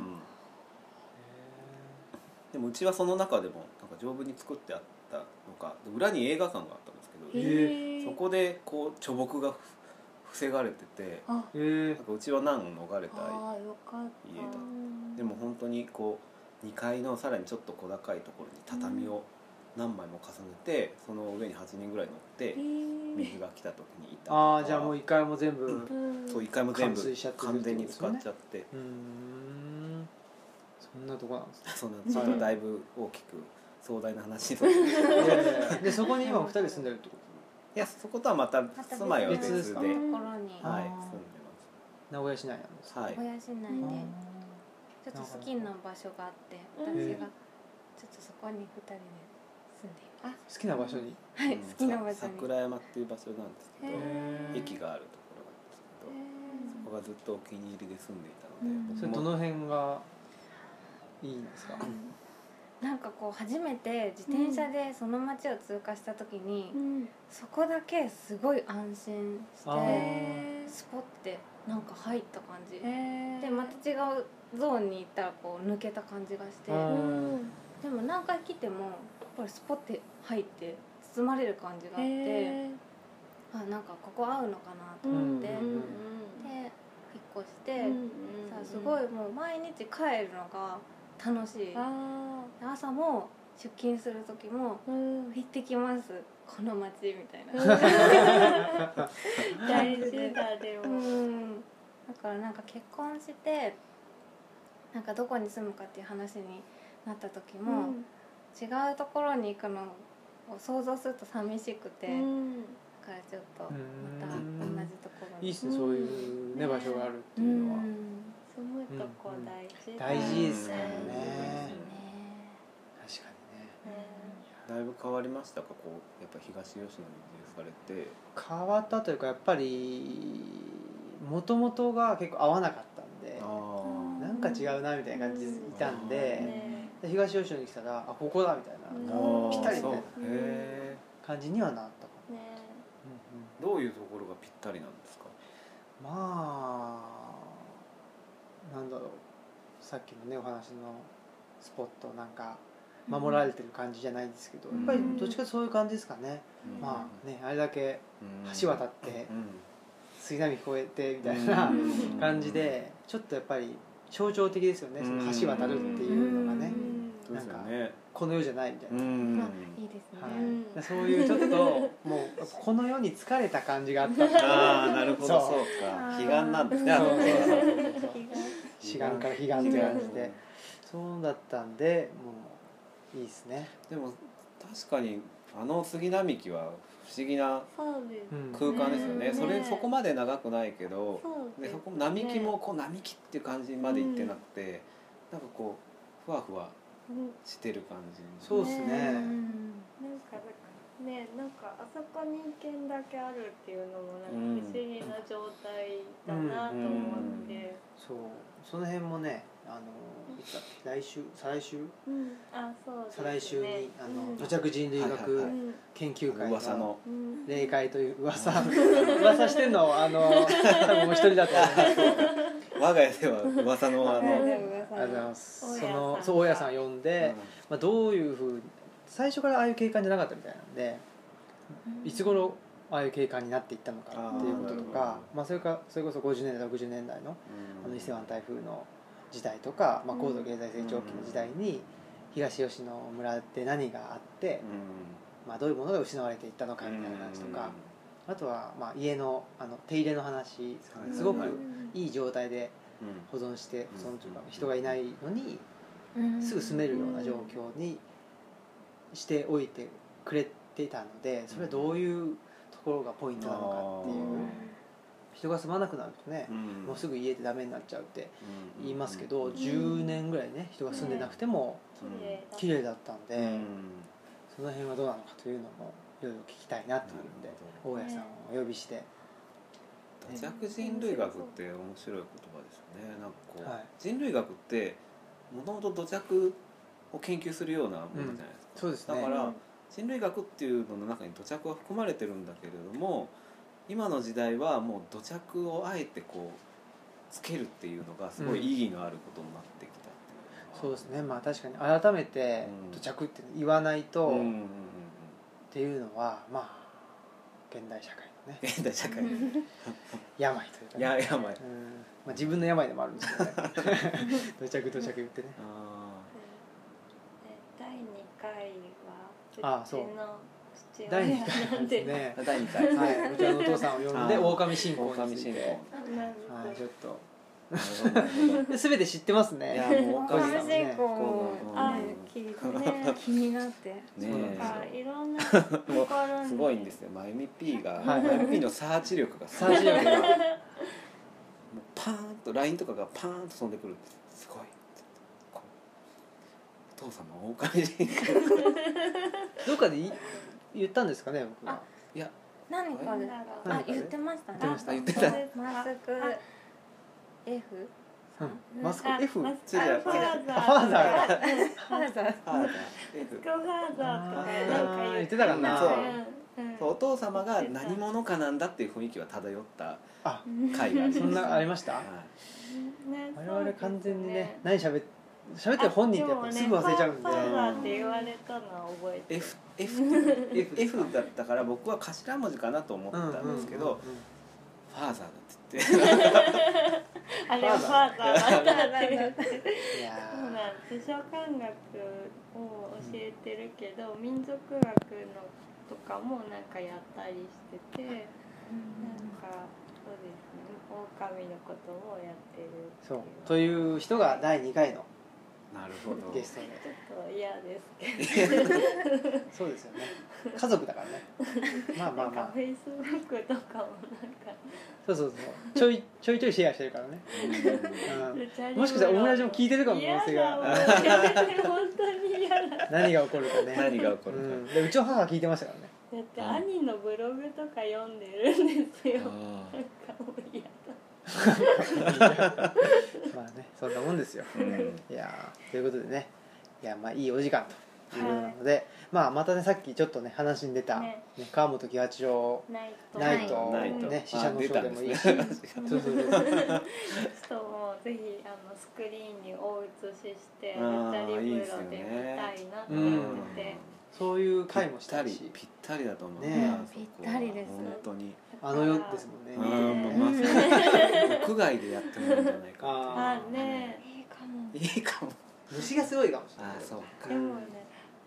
[SPEAKER 2] でもうちはその中でもなんか丈夫に作ってあったのか裏に映画館があったんですけど、
[SPEAKER 3] へえ
[SPEAKER 2] そこでこう貯木がふ防がれてて
[SPEAKER 3] あ
[SPEAKER 1] へえ
[SPEAKER 2] なんかうちは難を逃れた
[SPEAKER 3] あーよかった
[SPEAKER 2] 家だったでも本当にこう2階のさらにちょっと小高いところに畳を何枚も重ねてその上に8人ぐらい乗って
[SPEAKER 3] へー
[SPEAKER 2] 水が来た時にいたとか
[SPEAKER 1] ああじゃあもう一回も全部う
[SPEAKER 3] うん
[SPEAKER 2] そう1階も全
[SPEAKER 1] 冠
[SPEAKER 2] 部
[SPEAKER 1] 水しちゃってるってことです
[SPEAKER 2] 完全
[SPEAKER 1] ね
[SPEAKER 2] に使っち ゃって
[SPEAKER 1] ーんそんなとこなんですね
[SPEAKER 2] その
[SPEAKER 1] ん
[SPEAKER 2] ちょっとだいぶ大きく壮大な話になって ますけど
[SPEAKER 1] でそこに今二人住んでるってこ
[SPEAKER 2] いやそことはまた
[SPEAKER 4] また
[SPEAKER 2] 住まいは別
[SPEAKER 1] 別
[SPEAKER 2] で
[SPEAKER 1] ですか
[SPEAKER 2] はい住
[SPEAKER 4] と
[SPEAKER 2] んで
[SPEAKER 4] ころに
[SPEAKER 1] あ
[SPEAKER 2] ま
[SPEAKER 1] ー
[SPEAKER 2] す
[SPEAKER 1] と名古屋市内なんです
[SPEAKER 2] はい
[SPEAKER 4] 小屋市内
[SPEAKER 3] うん
[SPEAKER 4] でちょっと好きな場所があって
[SPEAKER 3] う
[SPEAKER 4] 私
[SPEAKER 1] ん
[SPEAKER 4] がちょっとそこに二人で住んでいる
[SPEAKER 1] 好きな場所に
[SPEAKER 4] はい
[SPEAKER 2] うん
[SPEAKER 4] 好きな場所
[SPEAKER 2] さ
[SPEAKER 4] に
[SPEAKER 2] 桜山っていう場所なんですけ
[SPEAKER 4] へ
[SPEAKER 2] ど
[SPEAKER 1] ー
[SPEAKER 2] 駅があるところなんですけど
[SPEAKER 4] へ
[SPEAKER 2] 僕はずっとお気に入りで住んでいた
[SPEAKER 4] うん
[SPEAKER 2] ので、
[SPEAKER 1] それどの辺がいいんですか
[SPEAKER 4] ーなんかこう初めて自転車でその街を通過した時に
[SPEAKER 3] うん
[SPEAKER 4] そこだけすごい安心し
[SPEAKER 1] あ
[SPEAKER 4] て
[SPEAKER 1] ー
[SPEAKER 4] スポってなんか入った感じ
[SPEAKER 3] へー
[SPEAKER 4] でまた違うゾーンに行ったらこう抜けた感じがして
[SPEAKER 1] うん
[SPEAKER 3] うん
[SPEAKER 4] でも何回来てもやっぱりスポって入って包まれる感じがあって
[SPEAKER 3] へー
[SPEAKER 4] あなんかここ合うのかなと
[SPEAKER 3] うん
[SPEAKER 4] 思って
[SPEAKER 1] うん
[SPEAKER 4] で引っ
[SPEAKER 3] で
[SPEAKER 4] 越して
[SPEAKER 3] うん
[SPEAKER 4] さあすご
[SPEAKER 3] あ
[SPEAKER 4] いもう毎日帰るのが楽しい
[SPEAKER 3] あ
[SPEAKER 4] 朝も出勤する時も
[SPEAKER 3] ーうん
[SPEAKER 4] 「行ってきますこの街」みたいな。
[SPEAKER 3] 大事だで
[SPEAKER 4] う
[SPEAKER 3] も
[SPEAKER 4] んだからなんか結婚してなんかどこに住むかっていう話になった時も、
[SPEAKER 3] うん
[SPEAKER 4] 違うところに行くのを想像すると寂しくて、だ
[SPEAKER 3] うん
[SPEAKER 4] からちょっとまた
[SPEAKER 1] う
[SPEAKER 4] 同
[SPEAKER 1] ん
[SPEAKER 4] じところ
[SPEAKER 1] いい
[SPEAKER 4] に
[SPEAKER 1] ですねそういうね
[SPEAKER 3] うん
[SPEAKER 1] 場所があるって
[SPEAKER 4] う
[SPEAKER 1] いうのは
[SPEAKER 4] ん
[SPEAKER 3] 住むとこ大事だ
[SPEAKER 1] 大事ですから
[SPEAKER 2] うん
[SPEAKER 1] ね
[SPEAKER 4] ね
[SPEAKER 1] 確かにね
[SPEAKER 3] ね
[SPEAKER 2] だいぶ変わりましたかこうやっぱ東吉野に移住されて
[SPEAKER 1] 変わったというかやっぱりもともとが結構合わなかったんで
[SPEAKER 2] あ
[SPEAKER 1] なんか違うなみたいな感じでいたんで
[SPEAKER 3] ね
[SPEAKER 1] で東吉野に来たらあここだみたい
[SPEAKER 3] うん
[SPEAKER 1] な
[SPEAKER 2] あ
[SPEAKER 1] ぴったりね
[SPEAKER 2] そうへえ
[SPEAKER 1] 感じにはなったか
[SPEAKER 3] ね
[SPEAKER 1] も
[SPEAKER 2] どういうところがぴったりなんですか
[SPEAKER 1] まあなんだろうさっきのねお話のスポットなんか守られてる感じじゃないんですけど、
[SPEAKER 2] うん
[SPEAKER 1] やっぱりどっちかとそういう感じですかね、
[SPEAKER 2] うん
[SPEAKER 1] まあねあれだけ
[SPEAKER 2] うん
[SPEAKER 1] 橋渡って杉並越えてみたい
[SPEAKER 2] うん
[SPEAKER 1] な
[SPEAKER 2] うん
[SPEAKER 1] 感じでちょっとやっぱり象徴的ですよねその橋渡るっていうのがね
[SPEAKER 3] うん
[SPEAKER 2] そうですよね
[SPEAKER 1] この世じゃないみたいな
[SPEAKER 2] う。ん
[SPEAKER 4] まあいいですね、
[SPEAKER 1] はい
[SPEAKER 3] うん
[SPEAKER 1] だからそういうちょっともうこの世に疲れた感じがあったんだ
[SPEAKER 2] ああなるほどそう
[SPEAKER 1] そう
[SPEAKER 2] か
[SPEAKER 4] あー
[SPEAKER 2] 悲願なんですね
[SPEAKER 1] そう
[SPEAKER 2] あ
[SPEAKER 1] そ
[SPEAKER 2] の
[SPEAKER 1] う
[SPEAKER 4] 気が
[SPEAKER 1] 志願から悲願って感じでそうだったんでもういいですね、
[SPEAKER 2] でも確かにあの杉並木は不思議な
[SPEAKER 3] そうです
[SPEAKER 1] うん
[SPEAKER 2] 空間ですよね、
[SPEAKER 3] うん
[SPEAKER 2] それそこまで長くないけど、
[SPEAKER 3] そうで
[SPEAKER 2] ですそこ並木もこう並木っていう感じまで行ってなくて、なんかこうふわふわ
[SPEAKER 3] うん
[SPEAKER 2] してる感じ
[SPEAKER 1] そうですね
[SPEAKER 4] うん
[SPEAKER 3] なんかだからねなんかあそこに一軒だけあるっていうのもなんか不思議な状態だなと思って、
[SPEAKER 1] そうその辺もねあのいつだっけ来週再来週
[SPEAKER 3] うんあそうです
[SPEAKER 1] 再
[SPEAKER 3] ね
[SPEAKER 1] 来週に、あ
[SPEAKER 3] う
[SPEAKER 1] の
[SPEAKER 3] ん
[SPEAKER 1] 土着人類
[SPEAKER 2] はい
[SPEAKER 1] 学
[SPEAKER 2] はい
[SPEAKER 3] うん
[SPEAKER 1] 研究会
[SPEAKER 2] 噂の
[SPEAKER 3] うん
[SPEAKER 1] 霊界という噂噂してんのあ の多分もう一人だったあり
[SPEAKER 2] 我が家では噂のあ
[SPEAKER 4] ありがと
[SPEAKER 2] の、
[SPEAKER 4] う
[SPEAKER 2] うん
[SPEAKER 1] が
[SPEAKER 4] ご
[SPEAKER 1] と
[SPEAKER 4] ざ
[SPEAKER 1] う
[SPEAKER 4] い
[SPEAKER 1] ござい
[SPEAKER 4] ま
[SPEAKER 1] ますそのそう大家さん呼んで、まあ、どういうふうに最初からああいう景観じゃなかったみたいなんで、いつ頃ああいう景観になっていったのかっていうことと
[SPEAKER 2] あーなる
[SPEAKER 1] か
[SPEAKER 2] ほ
[SPEAKER 1] まあ、それかそれこそ50年代60年代のあの伊勢湾台風の時代とか、まあ、高度経済成長期の時代に東吉野村で何があって
[SPEAKER 2] う、ん
[SPEAKER 1] まあ、どういうものが失われていったのかみたいな話とか、あとはまあ家のあの手入れの話ですかね
[SPEAKER 2] はい
[SPEAKER 1] すご
[SPEAKER 2] はい
[SPEAKER 1] くいい状態で
[SPEAKER 2] うんうん
[SPEAKER 1] 保存して保存というか
[SPEAKER 2] うん
[SPEAKER 1] 人がいないのに
[SPEAKER 4] うん
[SPEAKER 1] すぐ住めるような状況にしておいてくれていたのでそれはどういうところがポイントなのかっていう人が住まなくなるとね
[SPEAKER 2] うん
[SPEAKER 1] もうすぐ家ってダメになっちゃうって
[SPEAKER 2] うん
[SPEAKER 1] 言いますけど
[SPEAKER 2] うん
[SPEAKER 1] 10年ぐらいね人が住んでなくても
[SPEAKER 3] 綺麗だ
[SPEAKER 1] 綺麗だったん
[SPEAKER 2] う
[SPEAKER 1] で
[SPEAKER 2] ん
[SPEAKER 1] その辺はどうなのかというのもいろいろ聞きたいなというので
[SPEAKER 2] なる
[SPEAKER 1] 大家さんをお呼びして
[SPEAKER 2] 土着人類学って面白い言葉ですよねなんかこう、
[SPEAKER 1] はい
[SPEAKER 2] 人類学ってもともと土着を研究するようなものじゃないですか、
[SPEAKER 1] そうです
[SPEAKER 2] だ
[SPEAKER 1] ね
[SPEAKER 2] から人類学っていうのの中に土着は含まれてるんだけれども今の時代はもう土着をあえてこうつけるっていうのがすごい意義のあることになってきたってい
[SPEAKER 1] そう
[SPEAKER 2] のが
[SPEAKER 1] ですねまあ確かに改めて
[SPEAKER 2] うん
[SPEAKER 1] 土着って言わないと
[SPEAKER 2] うんうんうん うん
[SPEAKER 1] っていうのはまあ現代社会のね
[SPEAKER 2] 現代社会い
[SPEAKER 1] 病というかね
[SPEAKER 2] ややばい
[SPEAKER 1] うんまあ、自分の病でもあるんですけどね 土着土着言ってね
[SPEAKER 2] あ
[SPEAKER 3] え第二回は
[SPEAKER 1] あ
[SPEAKER 3] うち
[SPEAKER 1] そう
[SPEAKER 3] の父親
[SPEAKER 1] 第2
[SPEAKER 3] な
[SPEAKER 1] 回
[SPEAKER 3] ん
[SPEAKER 1] です
[SPEAKER 3] で
[SPEAKER 1] ね
[SPEAKER 2] ー第2回
[SPEAKER 1] は
[SPEAKER 2] はい
[SPEAKER 1] いこちらのお父さんを呼んで
[SPEAKER 2] あー
[SPEAKER 1] 狼信
[SPEAKER 2] オオ
[SPEAKER 1] 仰
[SPEAKER 2] カ
[SPEAKER 1] に
[SPEAKER 2] ミ
[SPEAKER 1] つい
[SPEAKER 2] 信
[SPEAKER 1] て
[SPEAKER 2] 仰
[SPEAKER 3] なん
[SPEAKER 1] はい
[SPEAKER 3] で
[SPEAKER 1] ち
[SPEAKER 3] す
[SPEAKER 1] ょっと
[SPEAKER 2] なるほどなるほど
[SPEAKER 1] で全て知ってますね
[SPEAKER 2] いやもう
[SPEAKER 4] お
[SPEAKER 2] お
[SPEAKER 4] か
[SPEAKER 2] かみ
[SPEAKER 4] み
[SPEAKER 2] さ
[SPEAKER 1] ん
[SPEAKER 2] ん
[SPEAKER 1] ね
[SPEAKER 4] 信仰を
[SPEAKER 2] あ
[SPEAKER 4] ね聞いて
[SPEAKER 3] ね
[SPEAKER 4] ね気になって
[SPEAKER 1] そう
[SPEAKER 3] なんか
[SPEAKER 2] ね
[SPEAKER 3] いろ んなとこ
[SPEAKER 2] え
[SPEAKER 3] ろ
[SPEAKER 2] も
[SPEAKER 3] に
[SPEAKER 2] うすごいんですよまゆみ P が
[SPEAKER 1] は
[SPEAKER 2] ま
[SPEAKER 1] い
[SPEAKER 2] ゆみ P のサーチ力がすごい
[SPEAKER 1] サーチ力が
[SPEAKER 2] もうパーンと LINE とかがパーンと飛んでくるすごいこうお父様おかみ信仰
[SPEAKER 1] どっかでい言ったんですかね僕はい
[SPEAKER 2] や
[SPEAKER 4] 何か
[SPEAKER 3] なん
[SPEAKER 4] で
[SPEAKER 3] だろう
[SPEAKER 4] あ言ってましたね
[SPEAKER 1] 言ってました
[SPEAKER 2] 言ってた
[SPEAKER 3] そうです
[SPEAKER 4] マスク
[SPEAKER 3] あ
[SPEAKER 4] F
[SPEAKER 1] うんマスク
[SPEAKER 3] あ
[SPEAKER 1] F
[SPEAKER 3] マ
[SPEAKER 1] あ
[SPEAKER 3] スクあ
[SPEAKER 2] 違う違う
[SPEAKER 3] ファーザー
[SPEAKER 1] ファーザーが
[SPEAKER 4] ファーザー
[SPEAKER 2] あーだ
[SPEAKER 3] マスクファーザーとかなんか
[SPEAKER 1] あー言
[SPEAKER 3] 言
[SPEAKER 1] ってたか
[SPEAKER 2] な
[SPEAKER 1] そう
[SPEAKER 3] うんうん
[SPEAKER 2] そうお父様が何者かなんだっていう雰囲気は漂った
[SPEAKER 1] あ
[SPEAKER 2] 回があります
[SPEAKER 1] そんなありました
[SPEAKER 2] はい
[SPEAKER 3] ね
[SPEAKER 1] 我々完全にね
[SPEAKER 3] そう
[SPEAKER 1] 何喋って喋ってる本人ってやっぱすぐ忘れちゃうん
[SPEAKER 3] あでもねファーファ
[SPEAKER 1] で
[SPEAKER 3] ーザーって言われたのは覚えてる
[SPEAKER 2] F, F, って F だったから僕は頭文字かなと思ったんですけど、ファーザーだって言って
[SPEAKER 3] あれはファーザーだったってい
[SPEAKER 1] い
[SPEAKER 3] う
[SPEAKER 1] や
[SPEAKER 3] そう
[SPEAKER 1] ー
[SPEAKER 3] なん図書館学を教えてるけど民族学のとかもなんかやったりしててなんかそうですね狼のこともやってるって
[SPEAKER 1] そう
[SPEAKER 3] いう
[SPEAKER 1] という人が第2回の
[SPEAKER 2] なるほど
[SPEAKER 1] ゲストで
[SPEAKER 3] ちょっと嫌ですけど
[SPEAKER 1] そうですよね家族だからねまあま
[SPEAKER 3] な
[SPEAKER 1] あ
[SPEAKER 3] んか
[SPEAKER 1] まあ
[SPEAKER 3] フェイスブックとかもなんか
[SPEAKER 1] そうそうそうちょいちょいちょいシェアしてるからね、
[SPEAKER 3] ルチャリブロ
[SPEAKER 1] もしかしたらオムラジも聞いてるかも可能性が
[SPEAKER 3] 嫌だもう本当に嫌だ
[SPEAKER 1] うん、何が起こるかね
[SPEAKER 2] 何が起
[SPEAKER 1] う
[SPEAKER 2] こるか、
[SPEAKER 1] ん、でうちの母は聞いてましたからね
[SPEAKER 3] だって兄のブログとか読んでるんですよ
[SPEAKER 2] あ
[SPEAKER 3] なんかもう嫌だ
[SPEAKER 1] まあねそんなもんですよ
[SPEAKER 2] ーうん
[SPEAKER 1] いやーということでねいやまあいいお時間ということなので、まあまたねさっきちょっとね話に出た、ね
[SPEAKER 3] ね
[SPEAKER 1] 川本喜八郎
[SPEAKER 3] ないと
[SPEAKER 1] ナイ
[SPEAKER 4] ト
[SPEAKER 1] ト
[SPEAKER 2] ないと
[SPEAKER 1] ね死者の
[SPEAKER 2] あ出
[SPEAKER 1] 章
[SPEAKER 2] た
[SPEAKER 1] で
[SPEAKER 2] ん
[SPEAKER 1] も
[SPEAKER 2] す
[SPEAKER 1] いい
[SPEAKER 2] ね
[SPEAKER 1] し、そうそうそう
[SPEAKER 3] ちょっともうぜひあのスクリーンに大写しして
[SPEAKER 2] あーい
[SPEAKER 3] 二
[SPEAKER 2] い
[SPEAKER 3] 人
[SPEAKER 2] で
[SPEAKER 3] 風
[SPEAKER 2] すよ
[SPEAKER 3] 呂
[SPEAKER 2] ね
[SPEAKER 3] で見たいなって
[SPEAKER 2] う
[SPEAKER 3] 思
[SPEAKER 2] ん
[SPEAKER 3] ってて、
[SPEAKER 1] そういう
[SPEAKER 2] ぴっ
[SPEAKER 1] 回もした
[SPEAKER 2] た
[SPEAKER 1] い
[SPEAKER 2] り
[SPEAKER 1] し
[SPEAKER 2] ぴったりだと思うな、
[SPEAKER 1] ね
[SPEAKER 2] そこは
[SPEAKER 4] ぴったりです
[SPEAKER 2] 本当に
[SPEAKER 1] あの世ですもん
[SPEAKER 2] う
[SPEAKER 1] ね
[SPEAKER 2] ん
[SPEAKER 3] ね
[SPEAKER 2] もうまさに屋外でやってもいいんじゃないか
[SPEAKER 3] あーね
[SPEAKER 4] いいかも
[SPEAKER 2] っていういいかも
[SPEAKER 1] 虫がすごいかもしれない
[SPEAKER 2] あーそうか
[SPEAKER 3] でもね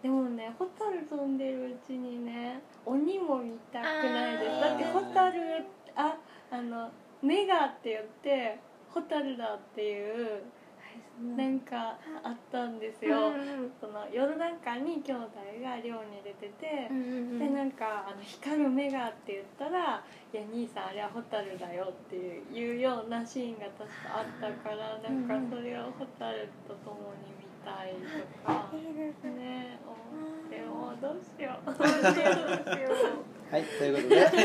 [SPEAKER 3] でもねホタル飛んでるうちにね鬼も見たくないで
[SPEAKER 4] あ
[SPEAKER 3] す
[SPEAKER 4] ー
[SPEAKER 3] だってホタルああの目がって言ってホタルだっていうなんかあったんですよ、その夜中に兄弟が漁に出てて、でなんかあの光る目がって言ったら「いや兄さんあれはホタルだよ」っていういうようなシーンが確かあったからなんかそれをホタルと共に見たいとか
[SPEAKER 4] いいですね
[SPEAKER 3] ね思ってもうどうし ようどうしようどうしよ
[SPEAKER 1] はいということで、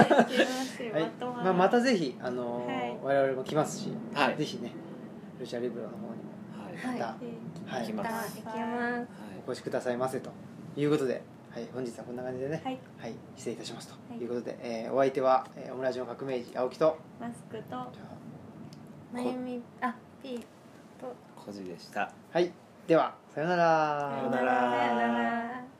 [SPEAKER 3] う行きますよ
[SPEAKER 1] はい
[SPEAKER 3] まと
[SPEAKER 1] まあ、またぜひ、あのー
[SPEAKER 3] はい
[SPEAKER 1] 我々も来ますし、
[SPEAKER 2] はいはい
[SPEAKER 1] ぜひねルチャリブロの方にも
[SPEAKER 2] は
[SPEAKER 1] ま
[SPEAKER 4] はい
[SPEAKER 1] た、
[SPEAKER 4] 行
[SPEAKER 1] はい
[SPEAKER 2] 行き
[SPEAKER 4] きま
[SPEAKER 2] ます
[SPEAKER 4] は
[SPEAKER 1] お越しくださいませということで、はい、本日はこんな感じでね、
[SPEAKER 3] はい
[SPEAKER 1] はい失礼いたしますと
[SPEAKER 3] はい
[SPEAKER 1] いうことで、えーお相手は、えーオムラジオ革命児青木と
[SPEAKER 3] マスクと
[SPEAKER 1] じゃあ
[SPEAKER 4] まゆみあピーと
[SPEAKER 2] い小路でした
[SPEAKER 1] はいではさようなら
[SPEAKER 2] さようなら
[SPEAKER 4] さよなら